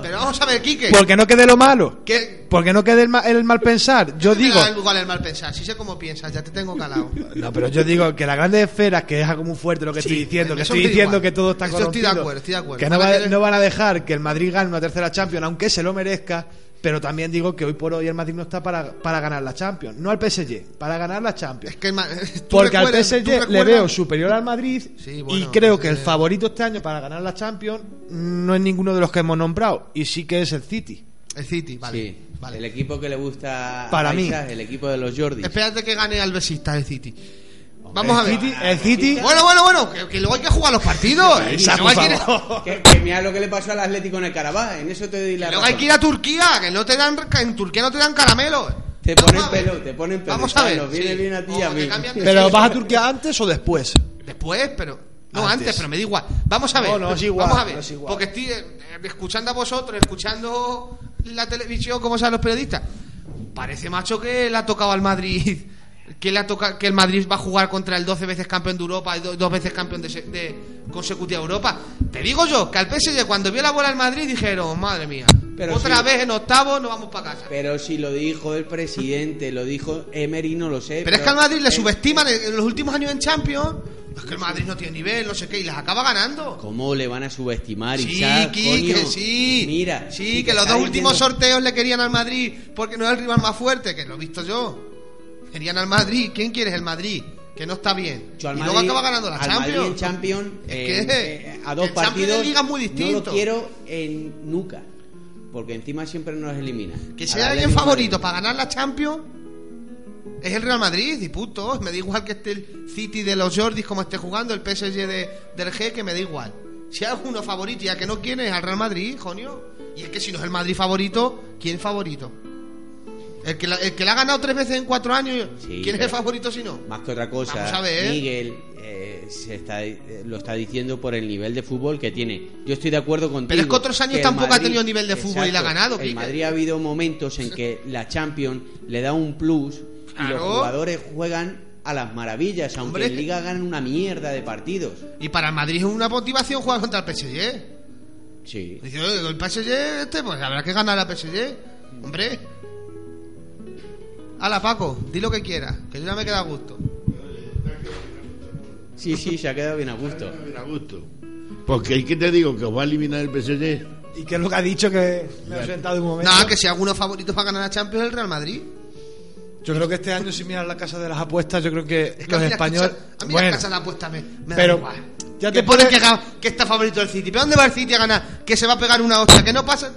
Speaker 3: Pero vamos a ver, Quique.
Speaker 2: porque no quede lo malo,
Speaker 3: ¿Qué?
Speaker 2: porque no quede el, ma- el mal pensar. Yo
Speaker 3: No te
Speaker 2: digo,
Speaker 3: da igual el mal pensar, si sé cómo piensas, ya te tengo calado.
Speaker 2: no, pero yo digo que las grandes esferas, que es algo muy fuerte lo que estoy diciendo,
Speaker 3: me-
Speaker 2: que
Speaker 3: eso
Speaker 2: estoy
Speaker 3: me da
Speaker 2: diciendo
Speaker 3: igual.
Speaker 2: que todo está
Speaker 3: Eso estoy de
Speaker 2: corrompido,
Speaker 3: acuerdo, estoy de acuerdo.
Speaker 2: que no,
Speaker 3: Ahora
Speaker 2: va-
Speaker 3: tienes-
Speaker 2: no van a dejar que el Madrid gane una tercera Champions, aunque se lo merezca. Pero también digo que hoy por hoy el Madrid no está para, para ganar la Champions, no al PSG, para ganar la Champions.
Speaker 3: Es que el ma- tú
Speaker 2: Porque al
Speaker 3: recuerdas- tú
Speaker 2: PSG le
Speaker 3: recuerdas-
Speaker 2: veo superior al Madrid
Speaker 3: Sí, bueno, eh,
Speaker 2: y creo
Speaker 3: sí.
Speaker 2: que el favorito este año para ganar la Champions no es ninguno de los que hemos nombrado y sí que es el City.
Speaker 3: El City, vale.
Speaker 1: sí,
Speaker 3: vale.
Speaker 1: el equipo que le gusta. a
Speaker 2: Para mí.
Speaker 1: Paisas, El equipo de los Jordi.
Speaker 3: Espérate que gane al besista el City. Vamos a
Speaker 2: el
Speaker 3: ver.
Speaker 2: City, el City
Speaker 3: Bueno, bueno, bueno, que, que luego hay que jugar los partidos. eh, que
Speaker 2: Esa,
Speaker 3: luego, hay
Speaker 2: por
Speaker 3: que ir,
Speaker 2: favor.
Speaker 1: Que, que mira lo que le pasó al Atlético en el Carabao. En eso te di la
Speaker 3: luego
Speaker 1: razón.
Speaker 3: hay que ir a Turquía, que no te dan, que en Turquía no te dan caramelos.
Speaker 1: Te
Speaker 3: Vamos
Speaker 1: ponen
Speaker 3: a ver.
Speaker 1: pelo, te ponen pelo.
Speaker 3: Vamos a ver.
Speaker 1: Carlos, viene
Speaker 3: sí.
Speaker 1: bien a ti y
Speaker 3: O
Speaker 1: a
Speaker 3: que
Speaker 1: mí.
Speaker 3: cambian de
Speaker 2: pero
Speaker 3: sitio.
Speaker 2: vas a Turquía antes o después.
Speaker 3: Después, pero. No, antes,
Speaker 2: Antes.
Speaker 3: pero me da igual. Vamos a ver.
Speaker 2: No, no, es igual,
Speaker 3: Vamos a ver.
Speaker 2: no es igual.
Speaker 3: Porque estoy eh, escuchando a vosotros, escuchando la televisión, como saben los periodistas. Parece, macho, que le ha tocado al Madrid que, le ha toca- que el Madrid va a jugar contra el 12 veces campeón de Europa y do- dos veces campeón de, se- de consecutiva Europa. Te digo yo que al PSG cuando vio la bola al Madrid dijeron, madre mía,
Speaker 1: Pero
Speaker 3: otra
Speaker 1: sí.
Speaker 3: vez en octavo nos vamos para casa. Pero,
Speaker 1: Pero si lo dijo el presidente, lo dijo Emery, no lo sé.
Speaker 3: es que al Madrid le
Speaker 1: es-
Speaker 3: subestiman en, en los últimos años en Champions. Es que el Madrid no tiene nivel, no sé qué, y les acaba ganando.
Speaker 1: ¿Cómo le van a subestimar?
Speaker 3: Sí,
Speaker 1: Isaac,
Speaker 3: Quique,
Speaker 1: coño?
Speaker 3: sí.
Speaker 1: Mira.
Speaker 3: Sí,
Speaker 1: si
Speaker 3: que
Speaker 1: te
Speaker 3: los
Speaker 1: está
Speaker 3: dos últimos
Speaker 1: diciendo-
Speaker 3: sorteos le querían al Madrid porque no era el rival más fuerte, que lo he visto yo. Querían al Madrid. ¿Quién quieres el Madrid? Que no está bien.
Speaker 1: Yo al
Speaker 3: y
Speaker 1: Madrid-
Speaker 3: luego acaba ganando la
Speaker 1: al
Speaker 3: Champions.
Speaker 1: Madrid en Champions,
Speaker 3: Es
Speaker 1: eh,
Speaker 3: que
Speaker 1: eh, a dos
Speaker 3: el Champions
Speaker 1: partidos.
Speaker 3: de Liga es muy
Speaker 1: No
Speaker 3: distinto.
Speaker 1: lo quiero en nunca. Porque encima siempre nos elimina.
Speaker 3: Que
Speaker 1: Al
Speaker 3: sea alguien
Speaker 1: Atlético
Speaker 3: favorito
Speaker 1: Madrid.
Speaker 3: para ganar la Champions es el Real Madrid y punto. Me da igual que esté el City de los Jordis como esté jugando, el PSG de, del G, que me da igual. Si hay uno favorito y al que no quiere es al Real Madrid, Jonio. Y es que si no es el Madrid favorito, ¿quién favorito? El que, la, el que la ha ganado tres veces en cuatro años,
Speaker 1: Sí,
Speaker 3: ¿quién es el
Speaker 1: pero-
Speaker 3: favorito si no?
Speaker 1: Más que otra cosa,
Speaker 3: Vamos a ver.
Speaker 1: Miguel eh, se está, eh, lo está diciendo por el nivel de fútbol que tiene. Yo estoy de acuerdo contigo.
Speaker 3: Pero es que otros años
Speaker 1: el
Speaker 3: tampoco ha tenido nivel de fútbol y la ha ganado,
Speaker 1: En
Speaker 3: Quique.
Speaker 1: Madrid ha habido momentos en que la Champions le da un plus y los
Speaker 3: Claro.
Speaker 1: jugadores juegan a las maravillas, aunque
Speaker 3: Hombre, es
Speaker 1: en
Speaker 3: que-
Speaker 1: Liga ganan una mierda de partidos.
Speaker 3: Y para el Madrid es una motivación jugar contra el PSG.
Speaker 1: Sí.
Speaker 3: Dice, "Oye, el PSG este, pues habrá que ganar la PSG. Hombre. Hala, Paco, di lo que quieras, que yo ya me queda a gusto.
Speaker 1: Sí, sí, se ha quedado bien a gusto.
Speaker 4: Bien a gusto. Porque hay que te digo que os va a eliminar el PSG.
Speaker 2: ¿Y qué es lo que ha dicho que me ha sentado un momento?
Speaker 3: Nada, que si alguno favorito para ganar la Champions es el Real Madrid.
Speaker 2: Yo creo que este año, si miras la casa de las apuestas, yo creo que,
Speaker 3: Es que
Speaker 2: los
Speaker 3: a mí las
Speaker 2: españoles.
Speaker 3: casas- a mí
Speaker 2: Bueno,
Speaker 3: las casas de apuesta me, me
Speaker 2: pero
Speaker 3: dan igual.
Speaker 2: ya
Speaker 3: que
Speaker 2: te
Speaker 3: ponen
Speaker 2: pone-
Speaker 3: que, ga- que está favorito el City. ¿Pero dónde va el City a ganar? Que se va a pegar una hostia, que no pasa.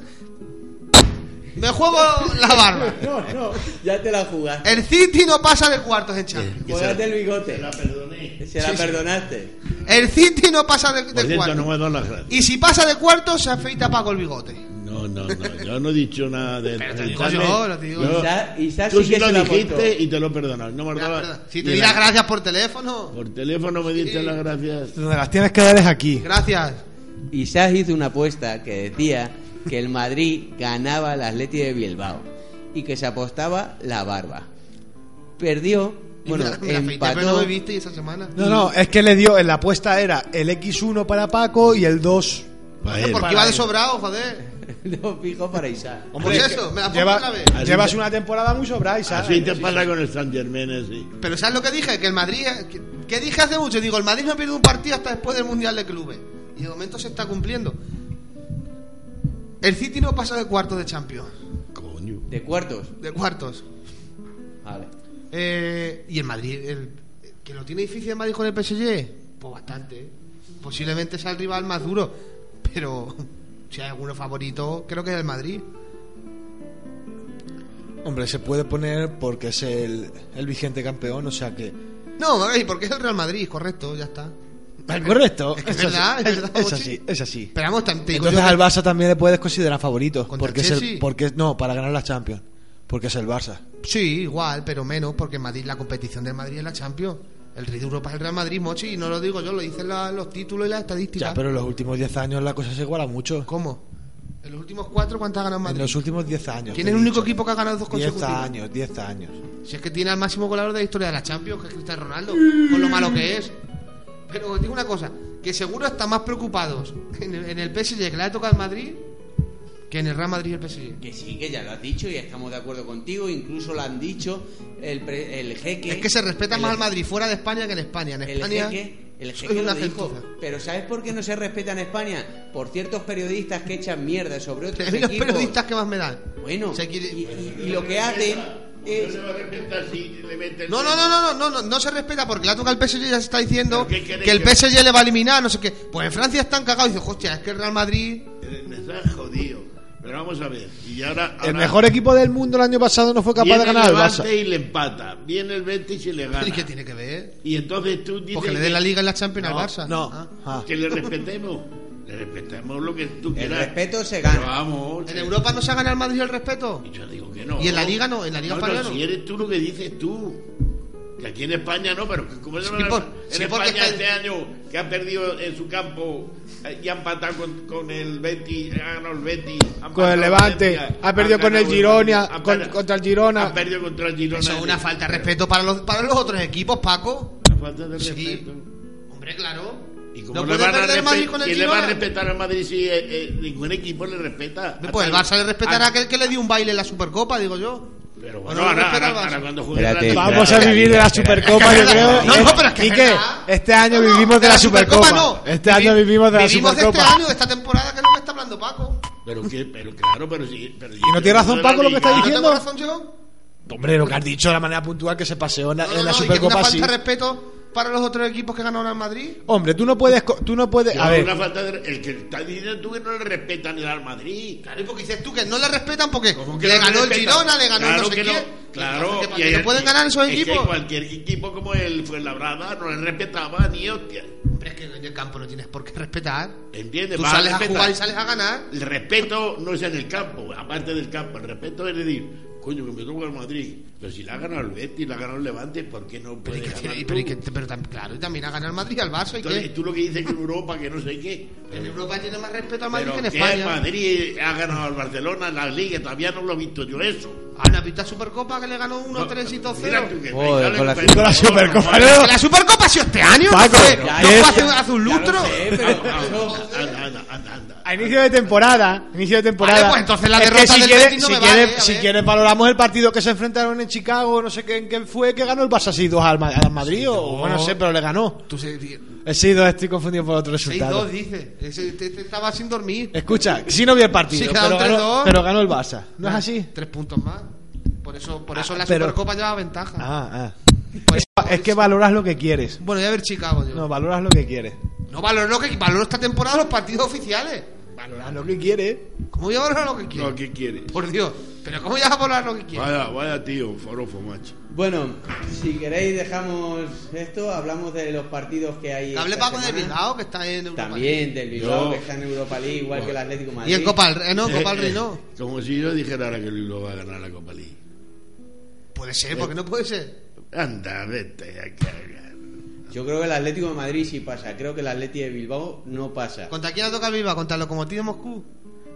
Speaker 3: Me juego la barba.
Speaker 1: No, no, ya te la jugaste.
Speaker 3: El City no pasa de cuartos en
Speaker 4: Eh,
Speaker 3: Champions.
Speaker 1: Jugaste el bigote.
Speaker 4: perdoné.
Speaker 1: Se la
Speaker 3: Sí, sí.
Speaker 1: perdonaste.
Speaker 3: El City no pasa de,
Speaker 4: Por
Speaker 3: de
Speaker 4: cierto, no me
Speaker 3: cuartos.
Speaker 4: ha dado las gracias.
Speaker 3: Y si pasa de cuartos, se afeita Paco el bigote.
Speaker 4: No, no, no. Yo no he dicho nada de.
Speaker 3: Pero te digo yo, lo digo yo.
Speaker 1: Quizá- quizá
Speaker 4: tú
Speaker 1: sí
Speaker 4: sí,
Speaker 1: que
Speaker 4: lo
Speaker 1: se la
Speaker 4: dijiste
Speaker 1: apuntó.
Speaker 4: y te lo he perdonado. No
Speaker 3: Ya,
Speaker 4: me acordaba
Speaker 3: perdón. Si te
Speaker 4: ni
Speaker 3: di
Speaker 4: la-
Speaker 3: las gracias por teléfono.
Speaker 4: Por teléfono me diste
Speaker 3: Sí.
Speaker 4: las gracias.
Speaker 2: donde las tienes que dar es aquí.
Speaker 3: Gracias.
Speaker 1: Isaac hizo una apuesta que decía que el Madrid ganaba al Atleti de Bilbao y que se apostaba la barba. Perdió,
Speaker 3: Y
Speaker 1: bueno,
Speaker 3: me la- me la afeité, pero no
Speaker 1: empató.
Speaker 3: me viste esa semana.
Speaker 2: No, no, es que le dio. En la apuesta era el X1 para Paco y el 2.
Speaker 4: Pa' él.
Speaker 3: Porque iba de sobrado, joder.
Speaker 1: No fijo para Isaac.
Speaker 3: Pues eso, me la pongo
Speaker 2: Lleva-
Speaker 3: otra vez.
Speaker 2: Llevas una temporada muy sobrada, Isaac.
Speaker 4: Así te pasa con el San Germán, así.
Speaker 3: Pero ¿sabes lo que dije? Que el Madrid. Que, que dije hace mucho? Digo, el Madrid no pierde un partido hasta después del Mundial de Clubes. Y de momento se está cumpliendo. El City no pasa de cuartos de Champions.
Speaker 4: Coño.
Speaker 1: De cuartos.
Speaker 3: De cuartos.
Speaker 1: Vale.
Speaker 3: Eh, y el Madrid, el, que lo tiene difícil el Madrid con el PSG, pues bastante. ¿eh? Posiblemente sea el rival más duro, pero si hay alguno favorito, creo que es el Madrid.
Speaker 2: Hombre, se puede poner porque es el, el vigente campeón, o sea que.
Speaker 3: No, ay, porque es el Real Madrid, correcto, ya está.
Speaker 2: Correcto.
Speaker 3: Es que es verdad, es
Speaker 2: es,
Speaker 3: verdad,
Speaker 2: es
Speaker 3: Mochi.
Speaker 2: así, es así.
Speaker 3: Pero vamos, tam- te digo
Speaker 2: Entonces
Speaker 3: yo
Speaker 2: al
Speaker 3: que-
Speaker 2: Barça también le puedes considerar favorito.
Speaker 3: Contra
Speaker 2: Porque
Speaker 3: el
Speaker 2: es el,
Speaker 3: Chelsea.
Speaker 2: porque No, para ganar la Champions. Porque es el Barça.
Speaker 3: Sí, igual, pero menos, porque en Madrid, la competición del Madrid es la Champions. El Rey de Europa es el Real Madrid, Mochi, y no lo digo yo, lo dicen la- los títulos y las estadísticas.
Speaker 2: Ya, pero en los últimos 10 años la cosa se iguala mucho.
Speaker 3: ¿Cómo? En los últimos cuatro, ¿cuántas ha ganado
Speaker 2: En
Speaker 3: Madrid?
Speaker 2: los últimos 10 años.
Speaker 3: ¿Quién
Speaker 2: te
Speaker 3: es el
Speaker 2: he
Speaker 3: único
Speaker 2: dicho.
Speaker 3: equipo que ha ganado dos
Speaker 2: 10
Speaker 3: consecutivos?
Speaker 2: años, 10 años.
Speaker 3: Si es que tiene al máximo goleador de la historia de la Champions, que es Cristiano Ronaldo, con lo malo que es. Pero os digo una cosa, que seguro están más preocupados en el, en el PSG que le ha tocado al Madrid que en el Real Madrid y el PSG.
Speaker 1: Que sí, que ya lo has dicho y estamos de acuerdo contigo. Incluso lo han dicho el, pre- el jeque.
Speaker 3: Es que se respeta
Speaker 1: el-
Speaker 3: más al Madrid fuera de España que en España. En
Speaker 1: El
Speaker 3: España
Speaker 1: jeque, el
Speaker 3: soy
Speaker 1: jeque
Speaker 3: una
Speaker 1: lo dijo.
Speaker 3: gentuza.
Speaker 1: Pero ¿sabes por qué no se respeta en España? Por ciertos periodistas que echan mierda sobre otros
Speaker 3: A mí los
Speaker 1: equipos.
Speaker 3: periodistas que más me dan.
Speaker 1: Bueno,
Speaker 3: Se quiere-
Speaker 1: y, y- y lo que hacen es...
Speaker 4: No le va a respetar si le mete el-
Speaker 3: No, no, no, no, no, no, no, no se respeta porque la toca el PSG ya se está diciendo
Speaker 4: ¿Pero qué queréis
Speaker 3: que el
Speaker 4: que-
Speaker 3: PSG le va a eliminar, no sé qué. Pues en Francia están cagados y dicen, hostia, es que el Real Madrid...
Speaker 4: Eh, Me está jodido. Pero vamos a ver. Y ahora,
Speaker 2: El
Speaker 4: ahora
Speaker 2: mejor equipo del mundo el año pasado no fue capaz
Speaker 4: viene
Speaker 2: de ganar al
Speaker 4: el
Speaker 2: Barça.
Speaker 4: Levante y le empata. Viene el Betis y le gana.
Speaker 3: ¿Y qué tiene que ver?
Speaker 4: Y entonces tú dices
Speaker 3: Porque le dé la
Speaker 4: que-
Speaker 3: Liga en la Champions
Speaker 2: No,
Speaker 3: al Barça.
Speaker 2: no.
Speaker 3: Ah.
Speaker 2: Ah.
Speaker 4: que le respetemos. Le respetemos lo que tú
Speaker 1: El
Speaker 4: quieras.
Speaker 1: respeto se
Speaker 4: Pero
Speaker 1: gana.
Speaker 4: vamos.
Speaker 3: ¿En Europa no se ha ganado el Madrid el respeto?
Speaker 4: Y yo digo que no.
Speaker 3: ¿Y en la Liga no? ¿En la Liga
Speaker 4: no,
Speaker 3: española
Speaker 4: no,
Speaker 3: no?
Speaker 4: Si eres tú lo que dices tú. Que que aquí en España no, pero como
Speaker 3: Sí,
Speaker 4: se llama?
Speaker 3: por-
Speaker 4: en
Speaker 3: sí, porque
Speaker 4: España
Speaker 3: está el-
Speaker 4: este año que han perdido en su campo eh, y han patado con, con el Betis, han ganado el Betis, han
Speaker 2: Con el
Speaker 4: empatado
Speaker 2: Levante,
Speaker 4: Valencia,
Speaker 2: ha perdido
Speaker 4: han
Speaker 2: con el
Speaker 4: ganado
Speaker 2: Girona,
Speaker 4: Valencia, han
Speaker 2: con-
Speaker 4: perdido-
Speaker 2: contra el Girona.
Speaker 4: han perdido contra el Girona.
Speaker 3: Eso es una falta de respeto para los, para los otros equipos, Paco.
Speaker 4: Una falta de
Speaker 3: Sí.
Speaker 4: respeto.
Speaker 3: Hombre, claro.
Speaker 4: ¿Y
Speaker 3: No
Speaker 4: cómo le
Speaker 3: puede
Speaker 4: van a
Speaker 3: perder el
Speaker 4: respe-
Speaker 3: Madrid con el
Speaker 4: ¿Quién le va a
Speaker 3: Girona.
Speaker 4: respetar al Madrid si eh, eh, ningún equipo le respeta?
Speaker 3: Pues el
Speaker 4: Hasta-
Speaker 3: Barça le respetará a
Speaker 4: Ah,
Speaker 3: aquel que le dio un baile en la Supercopa, digo yo.
Speaker 4: Pero
Speaker 3: ¿O
Speaker 4: bueno,
Speaker 3: no le
Speaker 4: ahora,
Speaker 3: respeta
Speaker 4: ahora,
Speaker 3: al Barça?
Speaker 4: ahora cuando juegue
Speaker 1: Espérate,
Speaker 4: la-
Speaker 2: Vamos a
Speaker 1: Espera,
Speaker 2: vivir de la
Speaker 1: espera.
Speaker 2: Supercopa, yo creo.
Speaker 3: No, no, pero es que es
Speaker 2: Quique,
Speaker 3: verdad.
Speaker 2: este año
Speaker 3: No, no,
Speaker 2: vivimos de la Supercopa.
Speaker 3: no.
Speaker 2: Este año vivimos de la
Speaker 3: Vivimos de
Speaker 2: Supercopa.
Speaker 3: este año, de esta temporada, que es lo que está hablando Paco.
Speaker 4: Pero, que, pero claro, pero sí. Pero,
Speaker 2: no tiene razón, Paco, lo que está
Speaker 3: ¿No
Speaker 2: diciendo?
Speaker 3: tengo razón yo?
Speaker 2: Hombre, lo que has dicho de la manera puntual que se paseó en la,
Speaker 3: No,
Speaker 2: en
Speaker 3: no,
Speaker 2: la
Speaker 3: no, y que es una
Speaker 2: Supercopa, sí.
Speaker 3: falta de respeto para los otros equipos que ganaron en Madrid.
Speaker 2: Hombre, tú no puedes. co- Tú no puedes. A
Speaker 4: A
Speaker 2: ver,
Speaker 4: Una falta de, el que está diciendo tú que no le respetan el al Madrid.
Speaker 3: Claro, y porque dices tú que no le respetan porque
Speaker 4: que
Speaker 3: le
Speaker 4: no
Speaker 3: ganó el
Speaker 4: respetan?
Speaker 3: Girona, le ganó el
Speaker 4: Claro
Speaker 3: no sé
Speaker 4: que
Speaker 3: quién.
Speaker 4: Claro,
Speaker 3: Que para
Speaker 4: y
Speaker 3: que
Speaker 4: hay-
Speaker 3: no pueden ganar esos
Speaker 4: es que
Speaker 3: equipos.
Speaker 4: cualquier equipo como el Fuenlabrada no le respetaba ni hostia.
Speaker 3: Hombre, es que en el campo no tienes por qué respetar.
Speaker 4: ¿Entiendes?
Speaker 3: Tú
Speaker 4: Va a
Speaker 3: sales a
Speaker 4: respetar.
Speaker 3: jugar y sales a ganar.
Speaker 4: El respeto no es en el campo, aparte del campo. El respeto es decir, coño, que me toca el Madrid. Pero si la ha ganado el Betis, la ha ganado el Levante, ¿por qué no
Speaker 3: Pero,
Speaker 4: puede
Speaker 3: y que
Speaker 4: ganar
Speaker 3: tiene-
Speaker 4: tú?
Speaker 3: pero y que- pero tam- claro, y también a ganar Madrid y al Barça. ¿y
Speaker 4: Entonces,
Speaker 3: qué?
Speaker 4: tú lo que dices que en Europa, que no sé qué.
Speaker 3: En Europa tiene más respeto al Madrid
Speaker 4: Pero
Speaker 3: que en
Speaker 4: que
Speaker 3: España.
Speaker 4: Madrid ha ganado al Barcelona en la Liga, todavía no lo he visto yo eso.
Speaker 3: Ah, ¿no has visto la Supercopa que le ganó 1-3 y 2-0?
Speaker 4: Mira tú que-
Speaker 1: Joder,
Speaker 4: ya
Speaker 1: con
Speaker 4: le-
Speaker 1: la- con
Speaker 2: la Supercopa,
Speaker 4: Ah,
Speaker 2: ¿no?
Speaker 3: Que La Supercopa ha sido este año,
Speaker 2: Paco,
Speaker 3: ¿no? fue-
Speaker 1: ya,
Speaker 3: ¿no
Speaker 1: ya,
Speaker 3: fue hace,
Speaker 1: ya.
Speaker 3: hace un
Speaker 1: Ya lo
Speaker 3: lustro.
Speaker 1: sé,
Speaker 3: Vale,
Speaker 1: pero-
Speaker 4: ah, ah, Anda, anda, anda, anda.
Speaker 2: a inicio de temporada. a Inicio de temporada.
Speaker 3: pues entonces la
Speaker 2: es que
Speaker 3: derrota
Speaker 2: si
Speaker 3: del
Speaker 2: quieres-
Speaker 3: Betis no
Speaker 2: si
Speaker 3: me
Speaker 2: quieres-
Speaker 3: vale, a
Speaker 2: si
Speaker 3: ver.
Speaker 2: quieres, valoramos el partido que se enfrentaron en Chicago, no sé qué, en qué fue, que ganó el Barça 6-2 al, Ma- al Madrid, o bueno, no sé, pero le ganó.
Speaker 3: Tú se- di-
Speaker 2: El 6-2 estoy confundido por otro resultado.
Speaker 3: 6-2 dice. Ese- te- te estaba sin dormir.
Speaker 2: Escucha, sí no vi el partido,
Speaker 3: Sí,
Speaker 2: pero,
Speaker 3: quedaron
Speaker 2: ganó,
Speaker 3: 3-2.
Speaker 2: pero ganó el Barça. ¿No es así?
Speaker 3: Tres puntos más. Por eso, por eso
Speaker 2: Ah,
Speaker 3: la
Speaker 2: pero-
Speaker 3: Supercopa lleva ventaja.
Speaker 2: Ah, ah.
Speaker 3: Por
Speaker 2: Es,
Speaker 3: eso-
Speaker 2: es que valoras lo que quieres.
Speaker 3: Bueno, voy a ver Chicago yo.
Speaker 2: No,
Speaker 3: No,
Speaker 2: valoras lo que quieres.
Speaker 3: valoro lo que valoro esta temporada los partidos oficiales.
Speaker 2: Valoras lo que quieres.
Speaker 3: ¿Cómo voy a valorar lo que quiero?
Speaker 4: No, ¿qué quieres?
Speaker 3: Por Dios. Pero ¿cómo voy a valorar lo que quiero?
Speaker 4: Vaya, vaya tío, forofo, macho.
Speaker 1: Bueno, si queréis dejamos esto, hablamos de los partidos que hay.
Speaker 3: Que Hable
Speaker 1: esta
Speaker 3: Paco de
Speaker 1: semana.
Speaker 3: Bilbao, que está en Europa League.
Speaker 1: También del Bilbao,
Speaker 4: Yo-
Speaker 1: que está en Europa League, igual que el Atlético de Madrid.
Speaker 3: Y en Copa del Rey, no, Copa del Rey no.
Speaker 4: Como si yo dijera ahora que Luis lo va a ganar la Copa League.
Speaker 3: Puede ser, porque no puede ser.
Speaker 4: Anda, vete a cagar.
Speaker 1: Yo creo que el Atlético de Madrid sí pasa. Creo que el Atlético de Bilbao no pasa.
Speaker 3: ¿Contra quién ha tocado el Bilbao? ¿Contra el Lokomotiv de Moscú?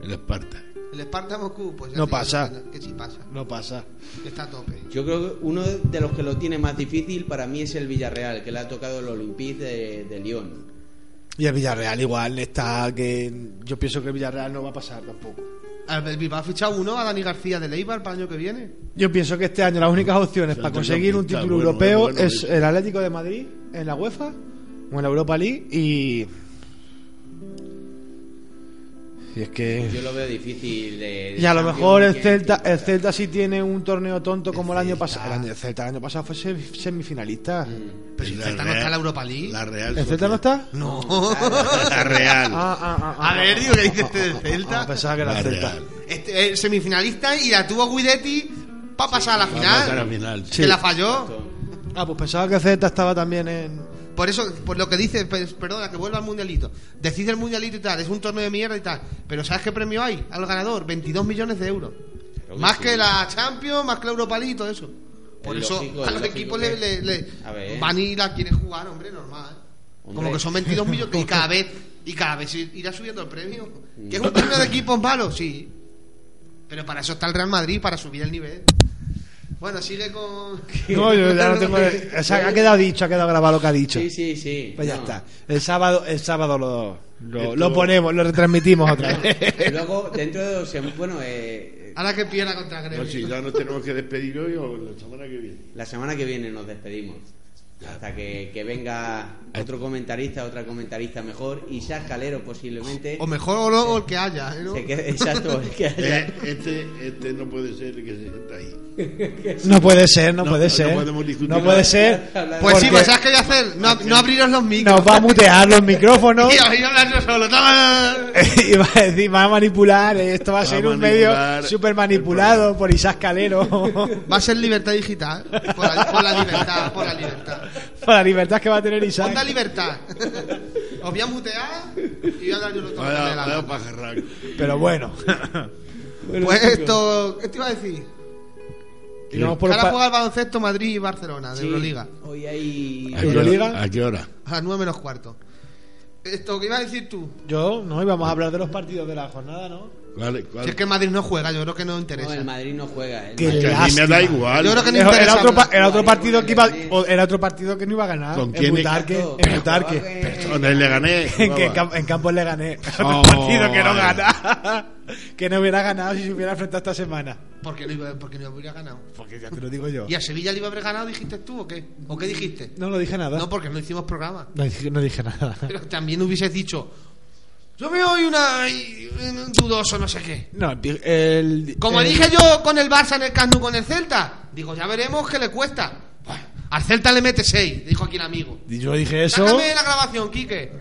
Speaker 4: El Esparta.
Speaker 3: ¿El Sparta Moscú? Pues ya
Speaker 2: No
Speaker 3: te digo
Speaker 2: pasa.
Speaker 3: yo Que, que sí pasa.
Speaker 2: No pasa.
Speaker 3: que Está a tope.
Speaker 1: Yo creo que uno de los que lo tiene más difícil para mí es el Villarreal, que le ha tocado el Olympique de, de Lyon.
Speaker 2: Y el Villarreal igual está que yo pienso que el Villarreal no va a pasar tampoco.
Speaker 3: El Bilbao ha fichado uno a Dani García de Leibar para el año que viene.
Speaker 2: Yo pienso que este año las únicas opciones
Speaker 4: Se
Speaker 2: para
Speaker 4: han
Speaker 2: conseguir
Speaker 4: tenido
Speaker 2: un
Speaker 4: pinta,
Speaker 2: título
Speaker 4: bueno,
Speaker 2: europeo
Speaker 4: bueno, bueno,
Speaker 2: es
Speaker 4: bueno.
Speaker 2: el Atlético de Madrid en la UEFA o en la Europa League y y es
Speaker 1: Yo
Speaker 2: que
Speaker 1: lo veo difícil. de- de
Speaker 2: y a lo
Speaker 1: Champions
Speaker 2: mejor el
Speaker 1: que-
Speaker 2: Celta
Speaker 1: que-
Speaker 2: el Celta sí tiene un torneo tonto como el año
Speaker 3: Celta.
Speaker 2: pasado el año- el Celta el año pasado fue sem- semifinalista
Speaker 4: Mm.
Speaker 3: Pero si el Celta no está en la Europa League.
Speaker 4: La Real.
Speaker 2: el Celta no está
Speaker 3: No.
Speaker 4: La Real.
Speaker 2: ah, ah, ah, ah,
Speaker 3: A ver, digo, ¿qué dice este del
Speaker 2: ah,
Speaker 3: Celta?
Speaker 2: pensaba que era
Speaker 4: la
Speaker 2: el Celta
Speaker 4: Real.
Speaker 3: Este, el semifinalista y la tuvo Guidetti para pasar a la
Speaker 4: Va a pasar a
Speaker 3: final.
Speaker 4: final.
Speaker 2: Sí.
Speaker 3: Que la falló.
Speaker 1: Exacto.
Speaker 2: ah pues pensaba que el Celta estaba también en
Speaker 3: Por eso, por lo que dice, pe- perdona, que vuelva al mundialito. Decís el mundialito y tal, es un torneo de mierda y tal. Pero ¿sabes qué premio hay al ganador? 22 millones de euros. Más que la Champions, más que la Europa League y todo eso. Por
Speaker 1: Es
Speaker 3: eso
Speaker 1: lógico,
Speaker 3: a
Speaker 1: es
Speaker 3: los
Speaker 1: lógico
Speaker 3: equipos
Speaker 1: que-
Speaker 3: le, le- le-
Speaker 1: A ver.
Speaker 3: van y la quieren jugar, hombre, normal.
Speaker 1: Hombre.
Speaker 3: Como que son 22 millones y cada vez y cada vez irá subiendo el premio. ¿Que es un premio de equipos malos? Sí. Pero para eso está el Real Madrid, para subir el nivel. Bueno, sigue con...
Speaker 2: no yo ya no tengo o sea, ha quedado dicho ha quedado grabado lo que ha dicho
Speaker 1: Sí, sí, sí.
Speaker 2: Pues ya
Speaker 1: No.
Speaker 2: está. El sábado, el sábado lo, lo-
Speaker 4: Esto-
Speaker 2: lo ponemos, lo retransmitimos otra vez.
Speaker 1: Luego, dentro de dos sem- bueno, eh, eh,
Speaker 3: Ahora que pierda contra Gremio.
Speaker 4: No, si ya nos tenemos que despedir hoy o la semana que viene.
Speaker 1: la semana que viene nos despedimos. Hasta que, que venga otro comentarista, otra comentarista mejor. Isaac Calero posiblemente.
Speaker 3: O mejor o, lo- o el que haya, ¿eh, no?
Speaker 1: Se quede- exacto. que haya-
Speaker 4: Eh, este, este no puede ser el que se sienta ahí.
Speaker 2: No puede ser, no,
Speaker 4: No,
Speaker 2: puede
Speaker 4: no
Speaker 2: ser.
Speaker 4: podemos discutir
Speaker 2: No puede
Speaker 4: nada.
Speaker 2: ser.
Speaker 3: Pues sí,
Speaker 2: porque
Speaker 3: pues ¿sabes qué voy a hacer? No, no abriros los micros.
Speaker 2: Nos va a mutear los micrófonos.
Speaker 3: Tío, yo hablo solo. ¡Toma!
Speaker 4: Eh,
Speaker 2: y va a decir, va a manipular. Esto va a
Speaker 4: Va a
Speaker 2: ser un medio
Speaker 4: manipular
Speaker 2: súper
Speaker 4: el
Speaker 2: manipulado
Speaker 4: programa.
Speaker 2: por Isaac Calero.
Speaker 3: Va a ser libertad digital. Por la, por la libertad, por la libertad.
Speaker 2: por la libertad que va a tener
Speaker 3: Onda
Speaker 2: Isaac.
Speaker 3: libertad. Os voy a mutear y voy a hablar yo lo tomo
Speaker 4: Vaya,
Speaker 3: de la
Speaker 4: vaya
Speaker 3: gana.
Speaker 4: pajarraco.
Speaker 2: Pero bueno.
Speaker 3: Pues esto, ¿qué te iba a decir?
Speaker 2: Y vamos por los
Speaker 3: Ahora
Speaker 2: pa-
Speaker 3: juega el baloncesto Madrid y Barcelona de Euroliga.
Speaker 1: Hoy hay.
Speaker 4: ¿A qué hora-
Speaker 2: Euroliga.
Speaker 4: ¿A qué hora?
Speaker 3: A las 9 menos cuarto. Esto que iba a decir tú.
Speaker 2: Yo, no, íbamos a hablar de los partidos de la jornada, ¿no?
Speaker 4: ¿Cuál- cuál-
Speaker 3: Si es que el Madrid no juega, yo creo que no
Speaker 1: No,
Speaker 3: interesa.
Speaker 1: el Madrid no juega. el
Speaker 2: Que-
Speaker 1: Madrid-
Speaker 4: que a mí me da
Speaker 2: Lástima.
Speaker 4: igual.
Speaker 3: Yo creo que no
Speaker 2: Era, era
Speaker 3: interesa.
Speaker 2: otro, pa-
Speaker 3: hablar.
Speaker 2: era otro
Speaker 1: Vale,
Speaker 2: partido que iba
Speaker 1: porque-
Speaker 2: o era otro partido que no iba a ganar.
Speaker 4: ¿Con
Speaker 2: En
Speaker 4: quién?
Speaker 2: Butarque,
Speaker 1: Exacto. Eh,
Speaker 2: en Butarque.
Speaker 4: Con el Leganés.
Speaker 2: En, que en,
Speaker 4: jugaba.
Speaker 2: Camp- en Campos le gané. Otro
Speaker 4: Oh,
Speaker 2: partido que no
Speaker 4: vale.
Speaker 2: gana. que no hubiera ganado si se hubiera enfrentado esta semana.
Speaker 3: Porque no, iba, porque no hubiera ganado.
Speaker 2: Porque ya te lo digo yo.
Speaker 3: ¿Y a Sevilla le iba a haber ganado, dijiste tú o qué? ¿O qué dijiste?
Speaker 2: No lo dije nada.
Speaker 3: No,
Speaker 2: No,
Speaker 3: porque no hicimos programa.
Speaker 2: dije, no dije nada.
Speaker 3: Pero también hubieses dicho. Yo veo hoy una. y- un dudoso, no sé qué.
Speaker 2: No, di- el,
Speaker 3: Como
Speaker 2: el-
Speaker 3: dije yo con el Barça en el Camp Nou con el Celta. Digo, ya veremos qué le cuesta. Buah, Al Celta le mete 6, dijo aquí el amigo.
Speaker 2: Yo dije eso.
Speaker 3: Sácame la grabación, Quique.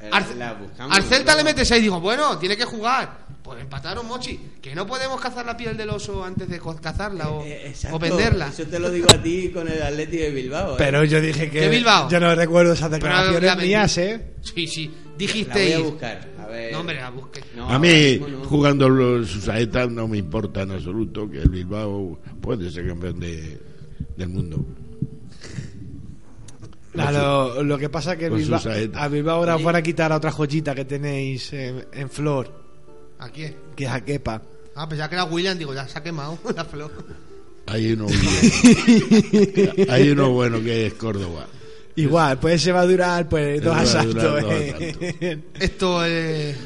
Speaker 1: Eh,
Speaker 3: Al,
Speaker 1: la buscamos,
Speaker 3: al Celta
Speaker 1: ¿no?
Speaker 3: le mete 6, digo, bueno, tiene que jugar. Pues empataron Mochi. Que no podemos cazar la piel del oso antes de co- cazarla o,
Speaker 1: Eh,
Speaker 3: o
Speaker 1: exacto,
Speaker 3: venderla.
Speaker 1: Eso te lo digo a ti con el Atleti de Bilbao. eh.
Speaker 2: Pero yo dije que.
Speaker 3: De Bilbao.
Speaker 2: Yo no recuerdo esas
Speaker 3: Pero
Speaker 2: declaraciones
Speaker 3: la vendí.
Speaker 2: mías, ¿eh?
Speaker 3: Sí, sí.
Speaker 1: La voy
Speaker 3: Dijiste.
Speaker 1: a buscar. A ver.
Speaker 3: No, hombre, la busqué.
Speaker 1: No,
Speaker 4: A mí,
Speaker 1: ahora mismo no.
Speaker 4: jugando los Susaetas, no me importa en absoluto que el Bilbao puede ser campeón de, del mundo. Pues
Speaker 2: Nah, lo, lo que pasa es que
Speaker 4: Con
Speaker 2: Bilba-
Speaker 4: sus saetas.
Speaker 2: a Bilbao ahora os van a quitar a otra joyita que tenéis en, en flor,
Speaker 3: ¿A quién?
Speaker 2: que es a Kepa.
Speaker 3: Ah, pues ya que era William, digo, ya se ha quemado la flor.
Speaker 4: Hay uno bueno. Hay uno bueno que es Córdoba.
Speaker 2: Igual, pues se va a durar pues
Speaker 4: Se
Speaker 2: dos
Speaker 4: va a durar
Speaker 2: asaltos.
Speaker 4: dos
Speaker 2: ¿eh?
Speaker 3: Esto es.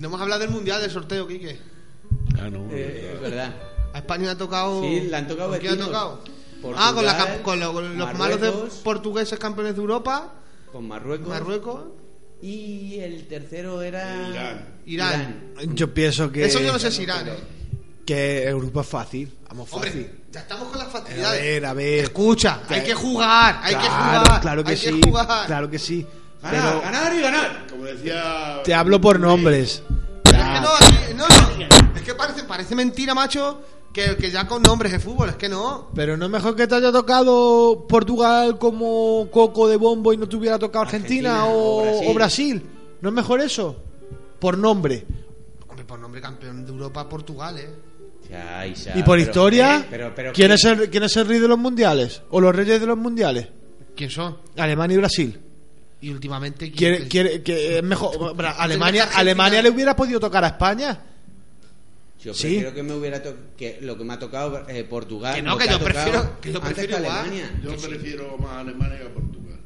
Speaker 3: No hemos hablado del mundial del sorteo, Quique.
Speaker 4: Ah, no.
Speaker 1: Eh, es verdad.
Speaker 3: A España le ha tocado.
Speaker 1: Sí, le han tocado
Speaker 3: ¿Con quién ha
Speaker 1: vecinos.
Speaker 3: tocado?
Speaker 1: Portugal,
Speaker 3: ah, con, la cam- con lo- con los malos de
Speaker 1: Marruecos.
Speaker 3: portugueses campeones de Europa,
Speaker 1: Con Marruecos.
Speaker 3: Marruecos.
Speaker 1: Y el tercero era.
Speaker 4: Irán.
Speaker 3: Irán.
Speaker 2: Yo pienso que,
Speaker 3: Eso yo no sé si irán. ¿eh?
Speaker 2: que Europa es fácil. Vamos fácil.
Speaker 3: Hombre, ya estamos con las
Speaker 2: a
Speaker 3: facilidades.
Speaker 2: ver, a ver.
Speaker 3: Escucha, hay que jugar, hay que
Speaker 2: Claro,
Speaker 3: jugar.
Speaker 2: Claro que
Speaker 3: hay
Speaker 2: sí.
Speaker 3: Que jugar.
Speaker 2: Claro que sí.
Speaker 1: Ganar,
Speaker 2: Pero
Speaker 1: ganar y ganar.
Speaker 4: Como decía.
Speaker 2: te hablo por nombres.
Speaker 3: Pero es que
Speaker 2: Ah.
Speaker 3: no, aquí- no, no, es que parece, parece mentira, macho, que, que ya con nombres de fútbol, es que no.
Speaker 2: Pero no es mejor que te haya tocado Portugal como coco de bombo y no te hubiera tocado Argentina,
Speaker 1: Argentina
Speaker 2: o,
Speaker 1: o
Speaker 2: o Brasil.
Speaker 1: Brasil.
Speaker 2: ¿No es mejor eso? Por nombre.
Speaker 3: Hombre, por nombre campeón de Europa, Portugal, eh.
Speaker 1: Ya, Isa,
Speaker 2: y por
Speaker 1: pero-
Speaker 2: historia,
Speaker 1: ¿eh? Pero, pero,
Speaker 2: ¿quién,
Speaker 1: ¿qué?
Speaker 2: es el, ¿quién es el rey de los mundiales? ¿O los reyes de los mundiales?
Speaker 3: ¿Quién son?
Speaker 2: Alemania y Brasil.
Speaker 3: Y últimamente.
Speaker 2: ¿Quiere,
Speaker 3: ¿quién-
Speaker 2: quiere, que es mejor, Bra- Alemania,
Speaker 3: Argentina.
Speaker 2: Alemania le hubiera podido tocar a España.
Speaker 1: Yo
Speaker 2: Sí.
Speaker 1: prefiero que me hubiera to- que lo que me ha tocado eh, Portugal.
Speaker 3: Que no,
Speaker 1: lo
Speaker 3: que
Speaker 1: ha
Speaker 3: yo
Speaker 1: tocado
Speaker 3: prefiero- que yo
Speaker 1: antes
Speaker 3: prefiero igual.
Speaker 1: Alemania.
Speaker 4: Yo prefiero más Alemania que a Portugal.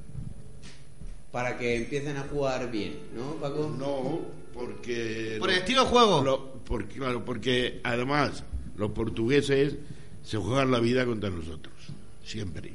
Speaker 1: Para que empiecen a jugar bien, ¿no, Paco?
Speaker 4: No, porque.
Speaker 3: Por el
Speaker 4: los-
Speaker 3: estilo de juego.
Speaker 4: lo- porque, claro, porque además los portugueses se juegan la vida contra nosotros. Siempre.